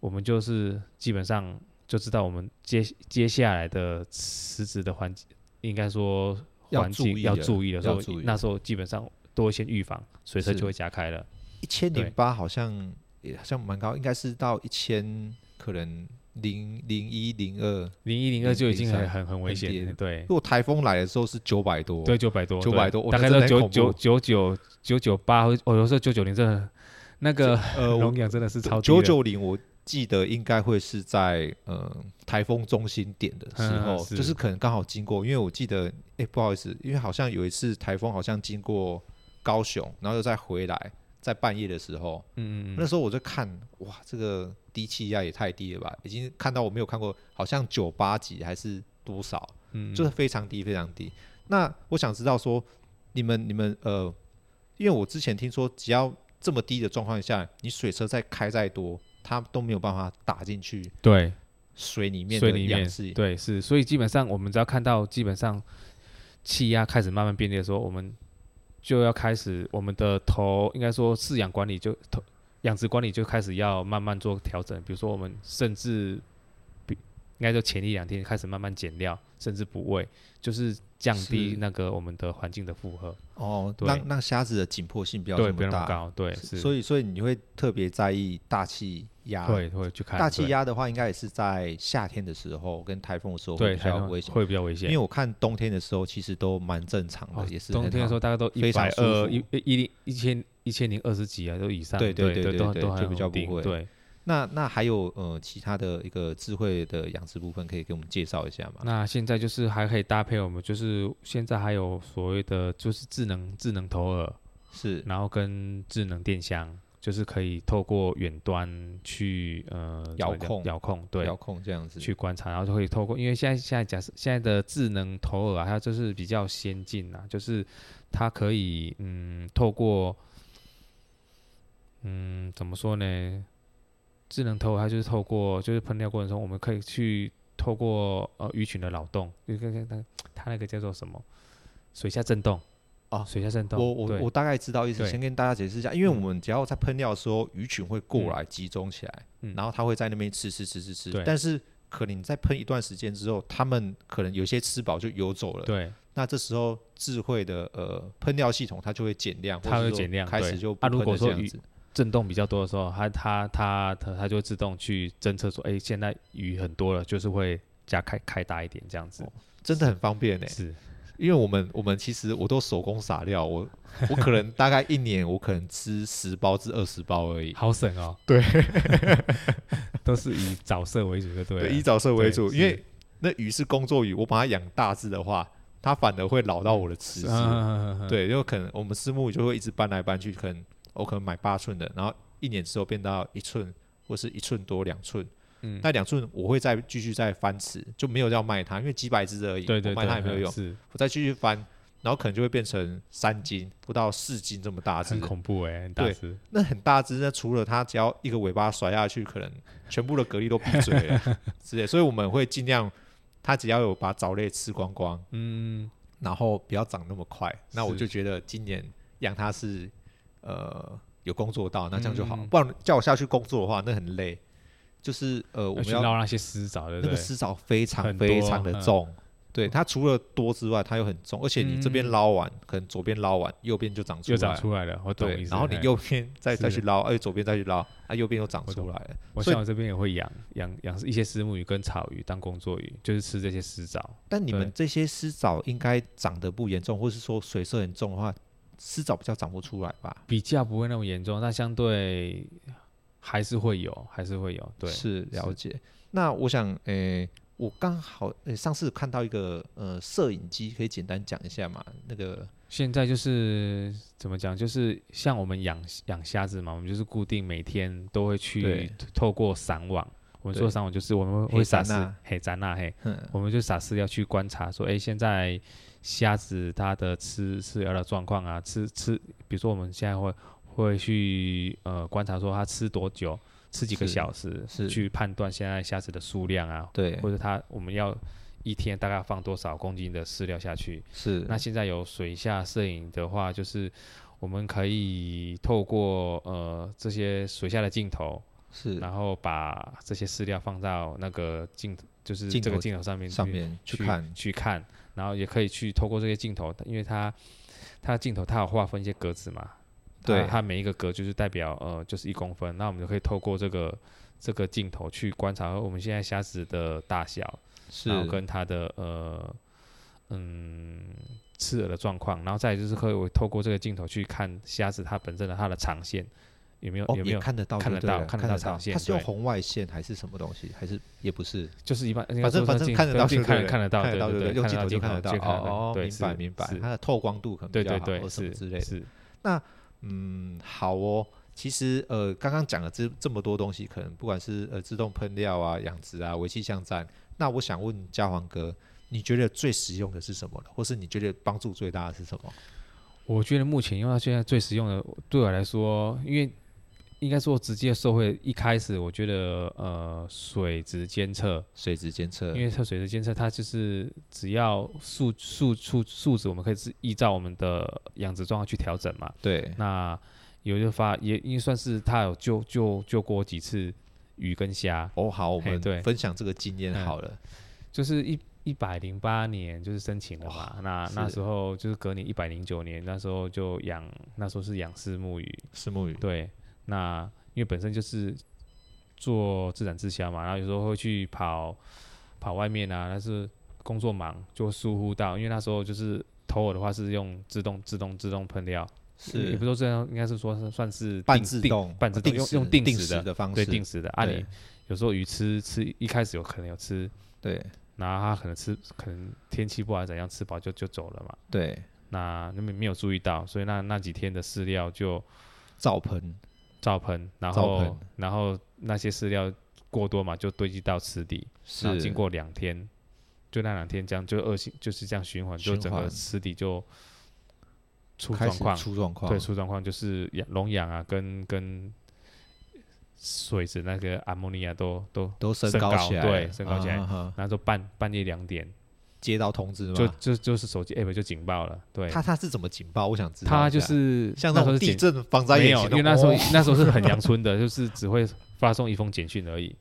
我们就是基本上就知道我们接接下来的辞职的环，应该说
要
环
注
境
意
要
的
注意的时候
要注，意
那时候基本上多先预防，水车
是
就会加开了。
一千
对
零八好像也好像蛮高，应该是到一千可能零零一零二。
零一零二
零
就已经很
零三
很很危
很
险
低
了，对
如果台风来的时候是九百多，
对，九百多，
900
对
多哇
大概
那真
到
的
九
很
九
恐
九九九九八，哦，有时候九九零真的那个 [LAUGHS]
呃，我
龙阳真的是超低
九
的，
九零，我记得应该会是在呃台风中心点的时候，
嗯是
就是可能刚好经过，因为我记得，哎、不好意思，因为好像有一次台风好像经过高雄，然后又再回来，在半夜的时候，
嗯嗯
那
嗯，
时候我就看，哇，这个低气压也太低了吧，已经看到我没有看过，好像九八级还是多少，
嗯
就是非常低，非常低。那我想知道说，你们你们呃，因为我之前听说，只要这么低的状况下，你水车再开再多，它都没有办法打进去
对，
水里面
水
的
里
氧
面
气。
对，是，所以基本上我们只要看到基本上气压开始慢慢变低的时候，我们就要开始我们的头，应该说饲养管理就头养殖管理就开始要慢慢做调整，比如说我们甚至比应该就前一两天开始慢慢减料，甚至补喂，就是降低
是
那个我们的环境的负荷，
哦，
对
让让虾子的紧迫性不要
对，
这
不要
么
那么
大。
高，对，是，
所以所以你会特别在意大气压。
会会去看
大气
对
压的话，应该也是在夏天的时候跟台风的时候会
对
比
才
较
能
危险。
会比较危
因
险
为。我看冬天的时候，其实都蛮正常的，
哦
也是
冬
很
天的
好
时候大概都一
非
百
常
二
舒
一一零一千一千零二十几啊，都以上，
对
对
对对
都
对对
都
就
很
比较
稳
不
定
会
对
那那还有呃其他的一个智慧的养殖部分，可以给我们介绍一下吗？
那现在就是还可以搭配我们，就是现在还有所谓的就是智能智能投饵，
是
然后跟智能电箱，就是可以透过远端去呃
遥
怎么讲
控
遥控对
遥控这样子，
去观察，然后就可以透过，因为现在现在假设现在的智能投饵啊，它就是比较先进啊，就是它可以嗯透过嗯怎么说呢？智能投饵它就是透过就是喷料过程中，我们可以去透过呃鱼群的扰动，就看看它它那个叫做什么水下震动
哦
水下震动，
我我
对
我大概知道意思，
对
先跟大家解释一下，因为
嗯
我们只要在喷料的时候，鱼群会过来集中起来，
嗯
然后它会在那边吃吃吃吃吃
对，
但是可能你再喷一段时间之后，它们可能有些吃饱就游走了，
对
那这时候智慧的呃喷料系统它就会减量，
它
或
会
者说
减量
开始
对
就不
啊如
喷
果
了
说
这样
鱼
子，
震动比较多的时候，它它它它它就会自动去侦测说，哎、现在鱼很多了，就是会加开开大一点这样子。
真的很方便呢、
哦是，
因为我们我们其实我都手工撒料，我我可能大概一年我可能吃十包至二十包而已。
好省哦。 [LAUGHS]
对，
都是以早色为主，就对了。啊
对，以早睡为
对
主，因
是
为那鱼是工作鱼，我把它养大只的话，它反而会老到我的池
是
子。
嗯嗯嗯嗯
对，就可能我们私募鱼就会一直搬来搬去，可能我可能买八寸的，然后一年之后变到一寸或是一寸多两寸，
嗯
那两寸我会再继续再翻池，就没有要卖它，因为几百只而已，
对对
我卖
对，嗯
它也没有用，
是
我再继续翻，然后可能就会变成三斤不到四斤这么大只
很，恐怖哎、很大
对
只。
那很大只，那除了它只要一个尾巴甩下去，可能全部的蛤蜊都闭嘴
[LAUGHS]
了之类，所以我们会尽量，它只要有把藻类吃光光，
嗯，
然后不要长那么快，那我
是
就觉得今年养它是呃有工作到，那这样就好，
嗯
不然叫我下去工作的话，那很累。就是呃，我
要
们
去
要
捞那些丝藻，对不
那个
对？
丝藻非常
很多
非常的
嗯
重，对它除了多之外，它又很重，而且你这边
嗯
捞完，可能左边捞完，右边就长出
又
来，
长出来了，我懂
对
意，思。
然后你
嘿
右边再再
是
去捞，哎，左边再去捞，啊，右边又长
我
出
懂
来了，
我
所以
像我这边也会养养养一些丝木鱼跟草鱼当工作鱼，就是吃这些丝藻。
但你们
对
这些丝藻应该长得不严重，或是说水色很重的话，丝藻比较长不出来吧？
比较不会那么严重，但相对还是会有，还是会有。对，
是了
是
解。那我想，诶、我刚好，诶，上次看到一个呃摄影机，可以简单讲一下嘛？那个
现在就是怎么讲，就是像我们养养虾子嘛，我们就是固定每天都会去
对
透透过散网。我们
对
说散网就是我们
黑
会会撒
散
饲
啊，
嘿，咱那嘿，
嗯
我们就撒饲料去观察，说，哎，现在虾子它的吃吃饵的状况啊，吃吃，比如说我们现在会会去呃观察说它吃多久，吃几个
是
小时，
是
去判断现在虾子的数量啊，
对，
或者它我们要一天大概放多少公斤的饲料下去。
是
那现在有水下摄影的话，就是我们可以透过呃这些水下的镜头，
是
然后把这些饲料放到那个镜，就是
镜
这个
头
镜头上面
上
去
面去
去
看，
去看，然后也可以去透过这些镜头，因为它它镜头它有划分一些格子嘛，它
对
它每一个格就是代表呃就是一公分，那我们就可以透过这个这个镜头去观察我们现在虾子的大小，
是
然后跟它的呃嗯刺饵的状况，然后再来就是可以我透过这个镜头去看虾子它本身的它的长线有没有、
哦
有没
也
有，
看得到就
看
对
得
了，
到看得到长线
它是用
对
红外线还是什么东西？还是也不是？
就是一般
反正反正看得到就
镜
对
看
了，
看得到
看得到
对
对
对，
用
看
镜头就
镜
看
头
得到。
就看得
哦
到，
哦，
对，
明白明白
是，
它的透光度可能
对
比
对
较好，
对，
或什么
是
之类的。
是
嗯，好哦。其实呃，刚刚讲了这这么多东西，可能不管是呃自动喷料啊、养殖啊、尾气巷战，那我想问嘉黄哥，你觉得最实用的是什么呢？或是你觉得帮助最大的是什么？
我觉得目前因为它现在最实用的，对我来说，因为应该说直接受惠。一开始我觉得呃，水质监测，
水质监测
因，为它水质监测它就是只要数数数数值，我们可以是依照我们的养殖状况去调整嘛。
对，
那有就发也因为算是它有救救救过几次鱼跟虾，
哦，好，我
嘿
们
对
分享这个经验
嗯
好了。
就是一一百零八年就是申请了嘛，那
是
那时候就是隔年一百零九年，那时候就养那时候是养丝木鱼，
石木鱼，
对，那因为本身就是做自产自销嘛，然后有时候会去跑跑外面啊，但是工作忙就疏忽到，因为那时候就是投饵的话是用自动自动自动喷料，也
是
不是说这样，应该是说是算是
半
定
自
定
动、啊呃
半自动
定
用
时
用
定
时
的方
对
式，
定时的。啊，
对
你有时候鱼吃吃一开始有可能有吃，
对
然后它可能吃可能天气不好怎样，吃饱就就走了嘛。
对，
那那没没有注意到，所以那那几天的饲料就
照喷，
照喷，然
照
后
喷
然后那些饲料过多嘛，就堆积到池底，然后
是
经过两天，就那两天这样就恶性就是这样循环，就
循
整个
环
池底就出
开
状
始
况，
出状况，
对，出状况就是氧溶氧啊，跟跟水质那个阿莫尼亚都都，
都升
升
高
高
起来了，
对升高起来
啊哈哈
然后就半半夜两点，
接到通知
就
吗？
就就是手机 app 就警报了，对，
他他是怎么警报？我想知道一下。
他就是
像
那
那
时候
种
是
地
简
震防灾
没
演
有，
习，
因为那时候
哦
那时候是很阳春的， [LAUGHS] 就是只会发送一封简讯而已，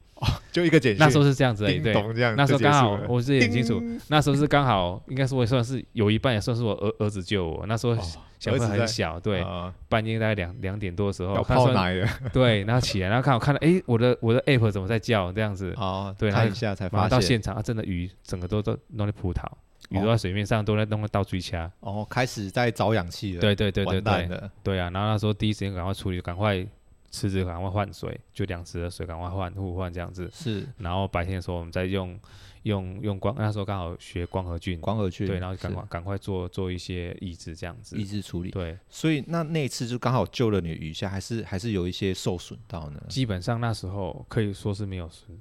就一个简讯，
那时候是这样子而已，
叮
对，
咚这样就
那时
结
候
束了，
刚好我自己很清楚，
叮
那时候是刚好应该说也算是有一半也算是我儿儿子救我，那时候
哦
小朋
儿
友
子在
很小，对，
啊
半夜大概两两点多的时候，
要
他
泡
说
奶了，
对，然后起来，然后看我看到，哎，我的我的 app 怎么在叫这样子，
哦，
对
看
然
一
后
下才
然后
发哦
到
现，
现场啊，真的鱼整个都都弄在葡萄，鱼都在水面上，都在弄个到追掐，
哦，开始在找氧气了，
对对对对
完蛋
对，
了，
对啊，然后那时候第一时间赶快处理，赶快池子赶快换水，就两池的水赶快换互换这样子，
是
然后白天的时候我们再用用用光，那时候刚好学光合菌，
光合菌，
对，然后
是
赶快赶快做做一些抑制这样子
抑，制处理。
对，
所以那那一次就刚好救了你的鱼虾，还是还是有一些受损到呢？
基本上那时候可以说是没有损，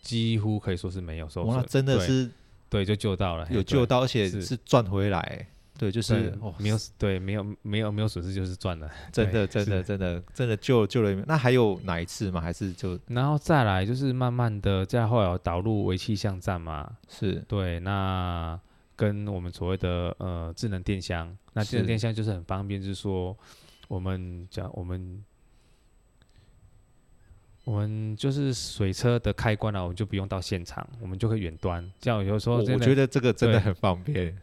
几乎可以说是没有受
哇，那
损，
真的
对
是
哎对，就救到了，嘿
有救，到，而且
是
是赚回来。对，就
对
是
对
哦，
没有对，没有没有没有损失就是赚了。
真的，
对
真的，真的，真的救救了你们。那还有哪一次吗？还是就
然后再来就是慢慢的，再后来有导入微气象站嘛，
是
对，那跟我们所谓的呃智能电箱，那智能
是
电箱就是很方便，就是说我们讲我们我们就是水车的开关啊，我们就不用到现场，我们就可以远端。这样有时
我
候
我
哦真的
觉得这个真的
对
很方
[LAUGHS]
便。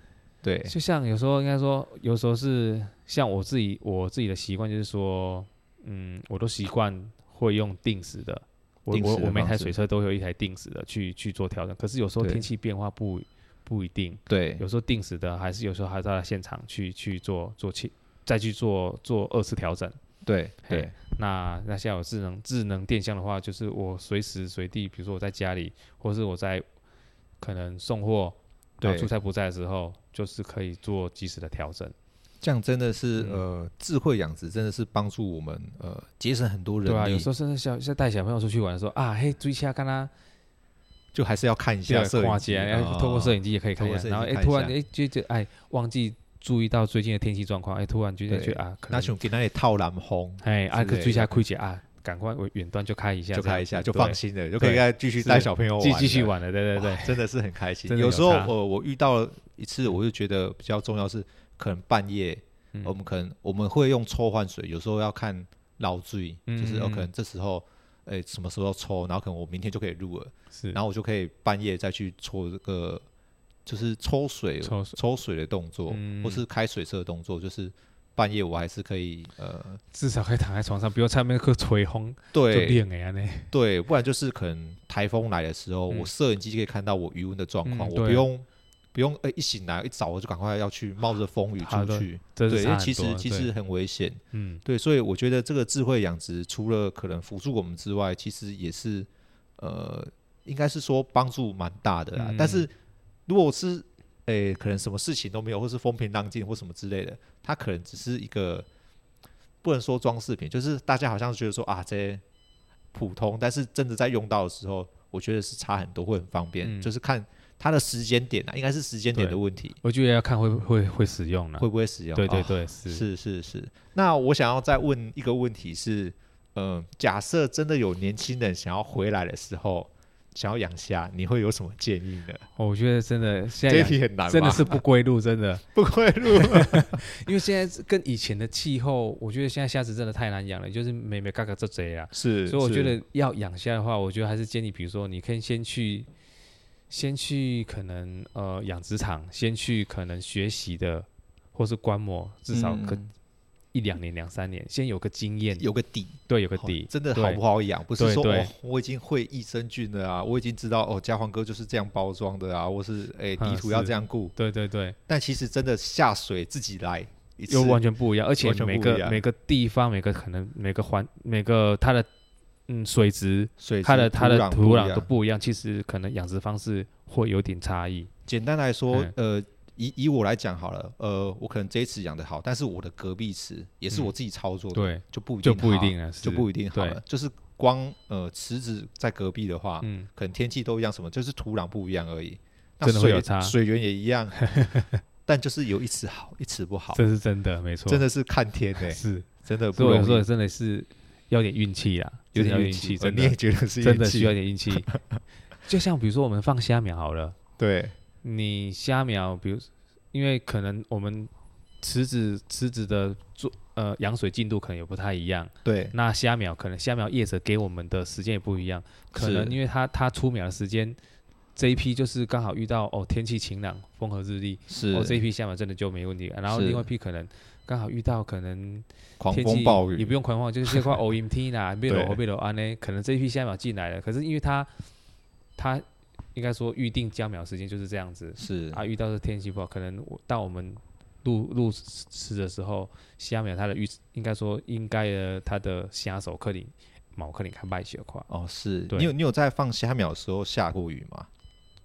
对，
就像有时候应该说，有时候是像我自己我自己的习惯就是说，嗯，我都习惯会用定时的。我
定
我
时的
我每
方
台
式
水车都有一台定时的去去做调整，可是有时候
对
天气变化不不一定，
对，
有时候定时的，还是有时候还在现场去去做做去再去做做二次调整。
对，
嘿
对，
那那现在有智能智能电箱的话，就是我随时随地，比如说我在家里，或是我在可能送货，然
对
后出差不在的时候，就是可以做及时的调整。
这样真的是
嗯
呃，智慧养殖真的是帮助我们呃节省很多人
对啊，有
力
时，候甚至小像带小朋友出去玩的时候啊，嘿，注意一下看他
就还是要看一
这
下
个
摄
跨
影机，啊
界，然后哎透过摄
影
影机也可以看一
透过摄影
下，然后
机
哎，
看一
突然
下
哎就就哎忘记注意到最近的天气状况，哎，突然觉得
对
觉得啊，可
那
能
熊给那里套蓝红。
哎，啊，
之
可
类
追下
的
亏姐啊，赶快我远端就开一下
就
这样子，
开一下，就
啊对
放，心了，就可以再继续带小朋友
继
玩，
继续，玩了，对对
哇
对，，
真的是很开心。
真的
有
有
时候
差
呃，我遇到了一次，我就觉得比较重要是，可能半夜
嗯
我们可能我们会用抽换水，有时候要看老醉，就是哦，
嗯嗯嗯
可能这时候。诶，什么时候抽？然后可能我明天就可以入了，
是，
然后我就可以半夜再去抽这个，就是抽水、
抽水
抽水的动作，
嗯
或是开水车的动作，就是半夜我还是可以呃，
至少可以躺在床上，不用在那边去吹风，就
对
练哎呀呢，
对，不然就是可能台风来的时候，
嗯
我摄影机就可以看到我余温的状况，
嗯
我
对啊
不用不用呃一醒来一早我就赶快要去冒着风雨
好
出
的
去，
这是
对，因为
差
其
很多
实其实，很危险，
对嗯，
对，所以我觉得这个智慧养殖除了可能辅助我们之外，其实也是呃，应该是说帮助蛮大的啦。
嗯
但是如果是诶、可能什么事情都没有，或是风平浪静或什么之类的，它可能只是一个不能说装饰品，就是大家好像觉得说啊这普通，但是真的在用到的时候，我觉得是差很多，会很方便。
嗯
就是看它的时间点啊，应该是时间点
对
的问题，
我觉得要看会不会会使用了
会，不会使用？
对对
啊
对，是，
是是是。那我想要再问一个问题是，呃，假设真的有年轻人想要回来的时候，想要养虾，你会有什么建议 [LAUGHS] 呢？
哦我觉得真的现
这
在
一
养
题很难吧，
真的是不归路，真的，
不归路。
因为现在跟以前的气候，我觉得现在虾子真的太难养了，就是每每嘎嘎这贼啊，
[LAUGHS] 是
所以我觉得要养虾的话，我觉得还是建议，比如说你可以先去，先去可能呃养殖场，先去可能学习的，或是观摩，至少
嗯
可一两年、两三年，先有个经验，
有个底，
对，有个
哦
底，
真的
对
好不好养？不是
对
说
对
哦，我已经会益生菌了啊，我已经知道哦，嘉黄哥就是这样包装的啊，或是哎
嗯
底土要
是
这样顾，
对对对
但其实真的下水自己来，一次
又完全不一样，而且
完全
每
不一
个
样
每个地方、每个可能、每个环、每个它的嗯水质、
水
它的
质
它的
土
土
不一
壤
样
都不一样，其实可能养殖方式会有点差异。
简单来说
嗯，
呃，以以我来讲好了，呃，我可能这一池养的好，但是我的隔壁池也是
嗯
我自己操作的，
对，
就不
就不一
好啊
定了，是
就不一定好了。就是光呃池子在隔壁的话，
嗯，
可能天气都一样，什么就是土壤不一样而已。那
真的会
水
有差
水源也一
[LAUGHS]
样，但就是有一池好，一池不好，
这是真的，没错，
真的是看天呢、
是。
真的
所
不
以我
容
有时候
易，
真的是要点运气啦，
有
真的
点
要
运
运气，
呃
真
你也
的
觉得是
真的
运气
需要一点运气。就像比如说我们放虾苗好了，
对
你虾苗，比如因为可能我们池子池子的做呃养水进度可能也不太一样，
对
那虾苗可能虾苗业者给我们的时间也不一样，可能
是
因为它它出苗的时间这一批就是刚好遇到哦天气晴朗风和日丽，
是、
哦这一批虾苗真的就没问题，然后
是
另外一批可能刚好遇到可能
狂
天
风
气
暴
也
雨
不，用狂风，就是这块
[LAUGHS]
OMT 啦，被
对
楼被楼安呢，啊可能这一批虾苗进来了，可是因为它它应该说预定加苗时间就是这样子，
是
啊，遇到这天气不好，可能我到我们录录吃的时候，虾苗它的预应该说应该的它的虾手克林毛克林看卖血块
哦是
对
你有你有在放虾苗的时候下过雨吗？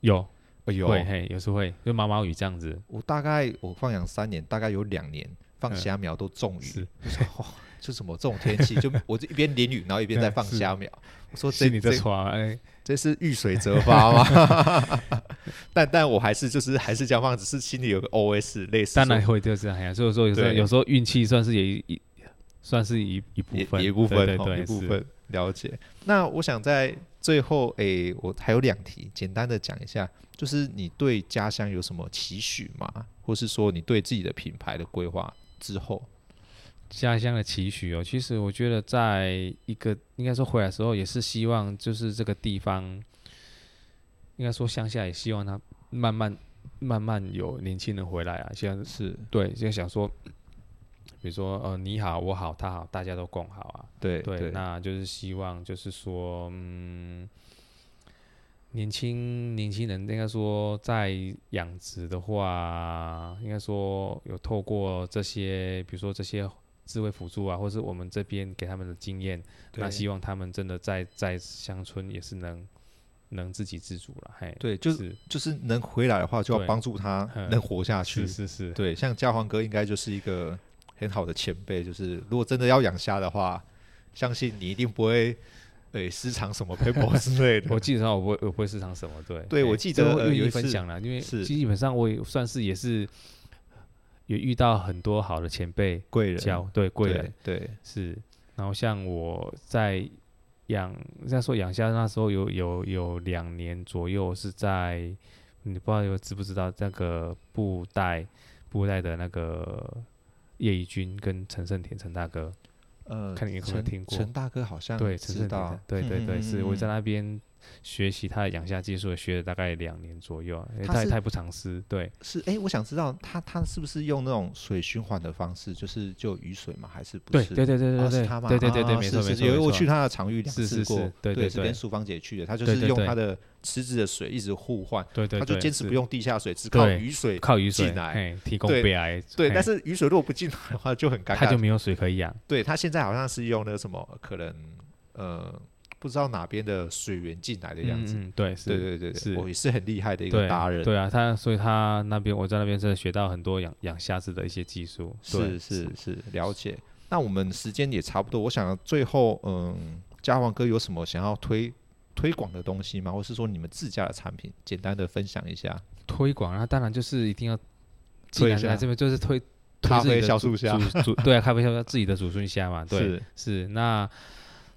有
哎呦，
会嘿，有时会就毛毛雨这样子，
我大概我放养三年，大概有两年放
嗯
虾苗都中雨，
是
[LAUGHS] 我说哇，就怎么这种天气，就我就一边淋雨，然后一边在放
嗯是
虾苗。我说这
是你在
这
床哎，
这是遇水则发吗？ [LAUGHS] 但但我还是就是还是这样放，只是心里有个 OS 类似说，
当然会就是哎呀，所以说有时候
对
有时候运气算是也一一算是一一部
也
分
也一部分
对对
哦
对
一部
是
分了解。那我想在最后，诶、我还有两题，简单的讲一下，就是你对家乡有什么期许吗？或是说你对自己的品牌的规划之后，
家乡的期许哦，其实我觉得在一个应该说回来的时候，也是希望就是这个地方，应该说乡下也希望它慢慢慢慢有年轻人回来啊。现在
是
对，现在想说，比如说呃你好我好他好大家都共好啊。
对
对，那就是希望就是说，嗯，年轻年轻人应该说在养殖的话，应该说有透过这些，比如说这些智慧辅助啊，或是我们这边给他们的经验，那
对
希望他们真的在在乡村也是能能自给自足了，嘿，
对，就是
是
就是能回来的话，就要
对
帮助他
嗯
能活下去
是。是是，
对，像嘉黄哥应该就是一个很好的前辈，就是如果真的要养虾的话，相信你一定不会诶失常什么 paper [LAUGHS] 之类
我
的。
基本上我不会我不会市场什么，对
对
嘿
我记
这
得
我
呃
愿
有
意
一
分
次
享了，因为
是
基本上我也算是也是有遇到很多好的前辈
贵人
教对贵人
对对
是，然后像我在养，再说养虾那时候有有有两年左右是在，你不知道有知不知道那个布袋布袋的那个叶宜君跟陈胜田陈大哥，
呃，
看你有没有
陈
听过
陈大哥好像
对，陈
知
胜
道嗯
田，对对对，是我在
道。
那边学习他的养虾技术，也学了大概两年左右，因为
他
他也
是
太不藏私，对，
是诶，我想知道他他是不是用那种水循环的方式，就是就雨水吗？还是不
对
是？
对对对
啊
对
是
对
他吗？
对对对对，
啊
没
是
错
是
没
是
错，
因为
没
我
错
去他的场域两
是
次
是
过，
是对对
对，是跟
对
淑芳姐去的，他就
对
是
对
用
对
他的池子的水一直互换，
对对，
他就
对
坚持
是
不用地下水，只靠
对
雨水。
靠雨水
进来
嘿提供
对
备癌，
对，
嘿
但是雨水如果不进来的话就很尴
他就
尬。
没有水可以养，
对他现在好像是用那个什么，可能呃不知道哪边的水源进来的样子。
嗯，嗯对
对
是。
对对对，
是
我也是很厉害的一
对
个达人。
对啊，他所以他那边我在那边真的学到很多养养虾子的一些技术，
是
对
是是，了解。那我们时间也差不多，我想最后，嗯，嘉煌哥有什么想要推推广的东西吗？或是说你们自家的产品，简单的分享一下？
推广，那当然就是一定要既
推一
然
下
来这边就是推推
咖
自己
啡
的
酵素
祖
虾
祖祖对啊，咖啡酵素虾自己的祖孙虾
[LAUGHS]
嘛，对，
是
是那，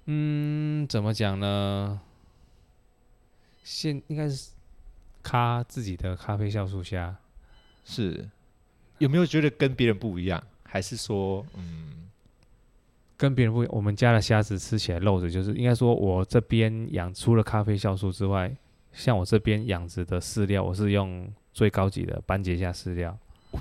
嗯，怎么讲呢？现应该是咖自己的咖啡酵素虾，
是，有没有觉得跟别人不一样？还是说，嗯，
跟别人不一样。我们家的虾子吃起来肉质就是，应该说我这边养除了咖啡酵素之外，像我这边养殖的饲料，我是用最高级的斑节虾饲料。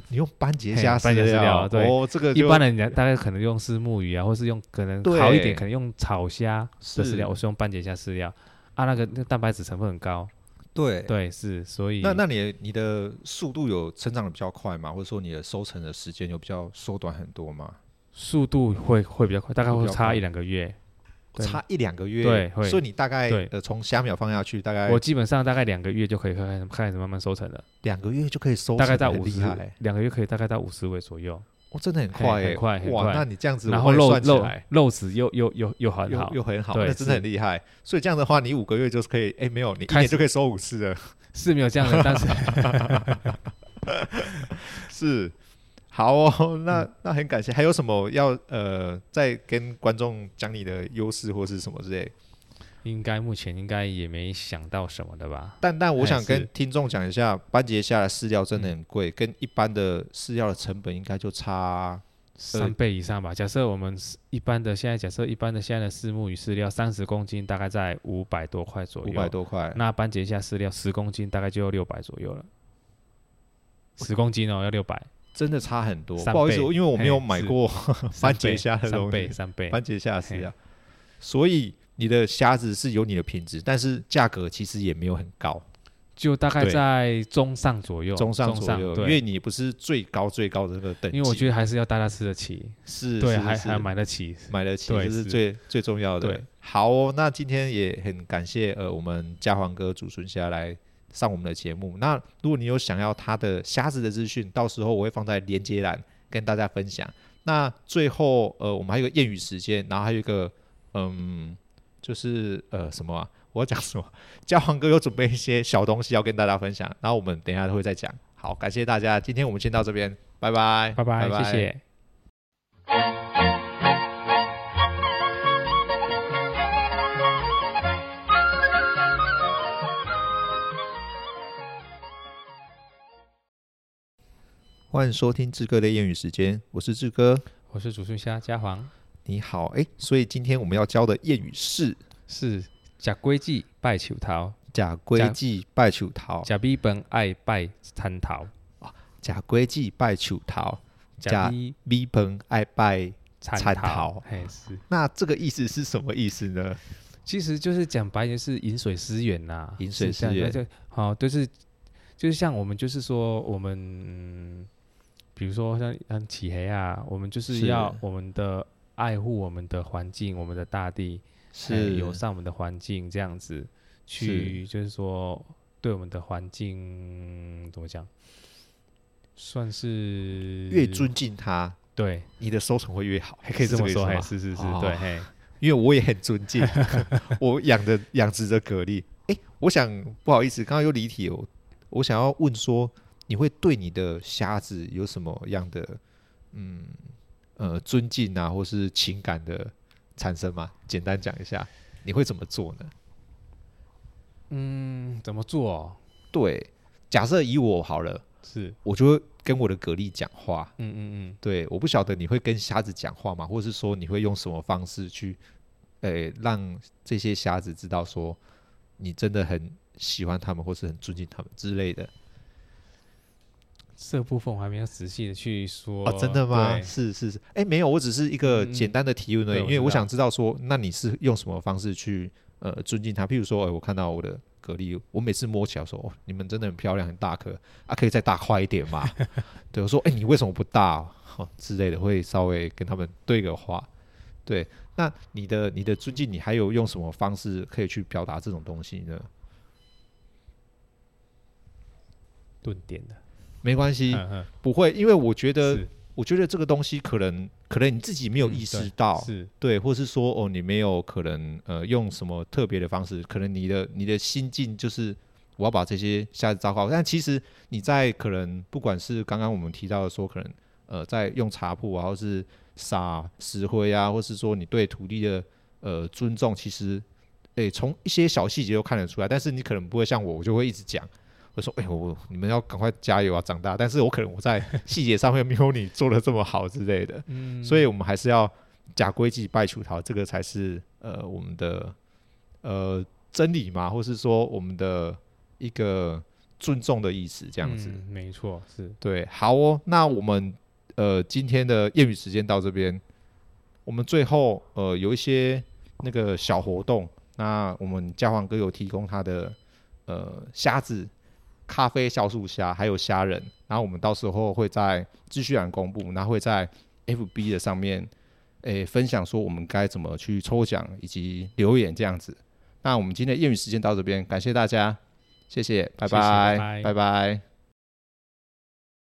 你用斑节
嘿
虾
斑
饲
节饲
料，
料对
哦，这个
一
就
般人家大概可能用丝木鱼啊，或是用可能
对
好一点，可能用草虾的
是
饲料，我是用斑节虾饲料啊，那个那蛋白质成分很高，
对。
对，是，所以
那那你你的速度有成长的比较快吗？或者说你的收成的时间有比较缩短很多吗？
速度会会比较快，大概
会
会
比较
差
快
一两个月。对
差一两个月，
对会
所以你大概
对
呃从虾苗放下去，大概
我基本上大概两个月就可以开始开始慢慢收成了，
两个月就可以收成，
大概在
很
五
厉
十
害欸，
两个月可以大概到五十尾左右，
哦，真的很
嘿
快欸，
很快很
哇，
快
那你这样子
然
我
后
也
肉
算起
肉
来
肉质又又又又很
又
好，
又很好，
对
那真的
是
很厉害。所以这样的话，你五个月就是可以，哎，没有，你一
开
年
始
就可以收五次
[LAUGHS]
了，
是没有这样的，
[LAUGHS]
但是
是。好哦，
嗯
那那很感谢。还有什么要呃，再跟观众讲你的优势或是什么之类？
应该目前应该也没想到什么的吧？
但但我
还
想跟
哎是嗯
听众讲一下，班杰下的饲料真的很贵，跟一般的饲料的成本应该就差
三倍以上吧。假设我们是一般的现在，假设一般的现在的饲木与饲料三十公斤大概在五百多块左
五
右，
百多块。
那班杰下饲料十公斤大概就要六百左右了，十公斤哦要六百，
[LAUGHS] 真的差很多。
三
不好意思，
倍
因为我没有
嘿
买
是
过番
三
茄
倍
虾的东
三倍
西，
三倍，
番茄虾的饲料，所以你的虾子是有你的品质，但是价格其实也没有很高，
就大概
对
在中上左右，
中上左右，因
对，
为你不是最高最高的那个等级，
因为我觉得还是要大家吃得起，
是
对，
是
还
是
还买得起，
买得起，
对
这是
是
最最重要的
对。
好哦，那今天也很感谢呃我们嘉煌哥主孙虾来上我们的节目。那如果你有想要他的虾子的资讯，到时候我会放在连接栏跟大家分享。那最后呃我们还有一个谚语时间，然后还有一个嗯就是呃什么啊？我要讲什么？嘉煌哥有准备一些小东西要跟大家分享，然后我们等一下都会再讲。好，感谢大家，今天我们先到这边，拜拜，
拜拜，谢谢。
欢迎收听志哥的谚语时间，我是志哥。
我是主孙虾嘉黄，
你好，哎，所以今天我们要教的谚语是
是假规矩拜球桃，
“假规矩拜求桃，
假逼本爱拜参桃，
假规矩拜求桃，假
假逼
米盆爱拜参
参
桃
桃，嘿是，”。
那这个意思是什么意思呢？
其实就是讲白点是饮水思源呐、
饮水
是这样
思源
就好、就是就是像我们就是说我们，嗯、比如说像像起黑啊，我们就是
是
要我们的爱护我们的环境，我们的大地哎
是
友善我们的环境，这样子去就是说对我们的环境怎么讲，算是
越尊敬他，
对，
你的收成会越好，还
可以这么说，
还
嘿，是是是，
哦
对，嘿，
因为我也很尊敬， [LAUGHS] 我养的养殖的蛤蜊。哎，我想不好意思，刚刚又离题哦。我想要问说，你会对你的虾子有什么样的嗯呃尊敬啊，或是情感的产生吗？简单讲一下，你会怎么做呢？
嗯，怎么做哦、
对，假设以我好了，
是，
我就会跟我的蛤蜊讲话。
嗯嗯嗯。
对，我不晓得你会跟虾子讲话吗？或者是说你会用什么方式去，呃，让这些虾子知道说你真的很喜欢他们，或是很尊敬他们之类的？
这部分我还没有仔细的去说。
哦，真的吗？
对
是是是，哎，没有，我只是一个
嗯嗯
简单的提问而已，因
对我
为
知
我
道
想知道说，那你是用什么方式去呃尊敬它？譬如说，哎，我看到我的蛤蜊，我每次摸起来说，哦，你们真的很漂亮，很大颗啊，可以再大块一点
[LAUGHS]
嘛？对，我说，哎，你为什么不大、哦？之类的，会稍微跟他们对个话。对，那你的你的尊敬，你还有用什么方式可以去表达这种东西呢？
顿点的，
没关系，
嗯嗯
不会，因为我觉得，
是
我觉得这个东西可能可能你自己没有
嗯
意识
对
到，
是
对，或是说哦，你没有可能呃用什么特别的方式，可能你的你的心境就是我要把这些虾子糟糕，但其实你在可能不管是刚刚我们提到的说可能呃在用茶铺啊，或是撒石灰啊，或是说你对土地的呃尊重，其实诶从一些小细节都看得出来，但是你可能不会像我，我就会一直讲。我说：“哎、我你们要赶快加油啊，长大！但是我可能我在细节上面没有你做的这么好之类的。
嗯，
所以我们还是要假规矩拜求桃，这个才是呃我们的呃真理嘛，或是说我们的一个尊重的意思，这
这
样子。
嗯没错，是
对，好哦，那我们呃今天的谚语时间到这边，我们最后呃有一些那个小活动，那我们嘉煌哥有提供他的呃虾子、咖啡酵素虾，还有虾仁。然后我们到时候会在资讯栏公布，然后会在 FB 的上面，诶、分享说我们该怎么去抽奖以及留言这样子。那我们今天的业余时间到这边，感谢大家，谢谢，拜
谢谢
拜，
拜拜
拜拜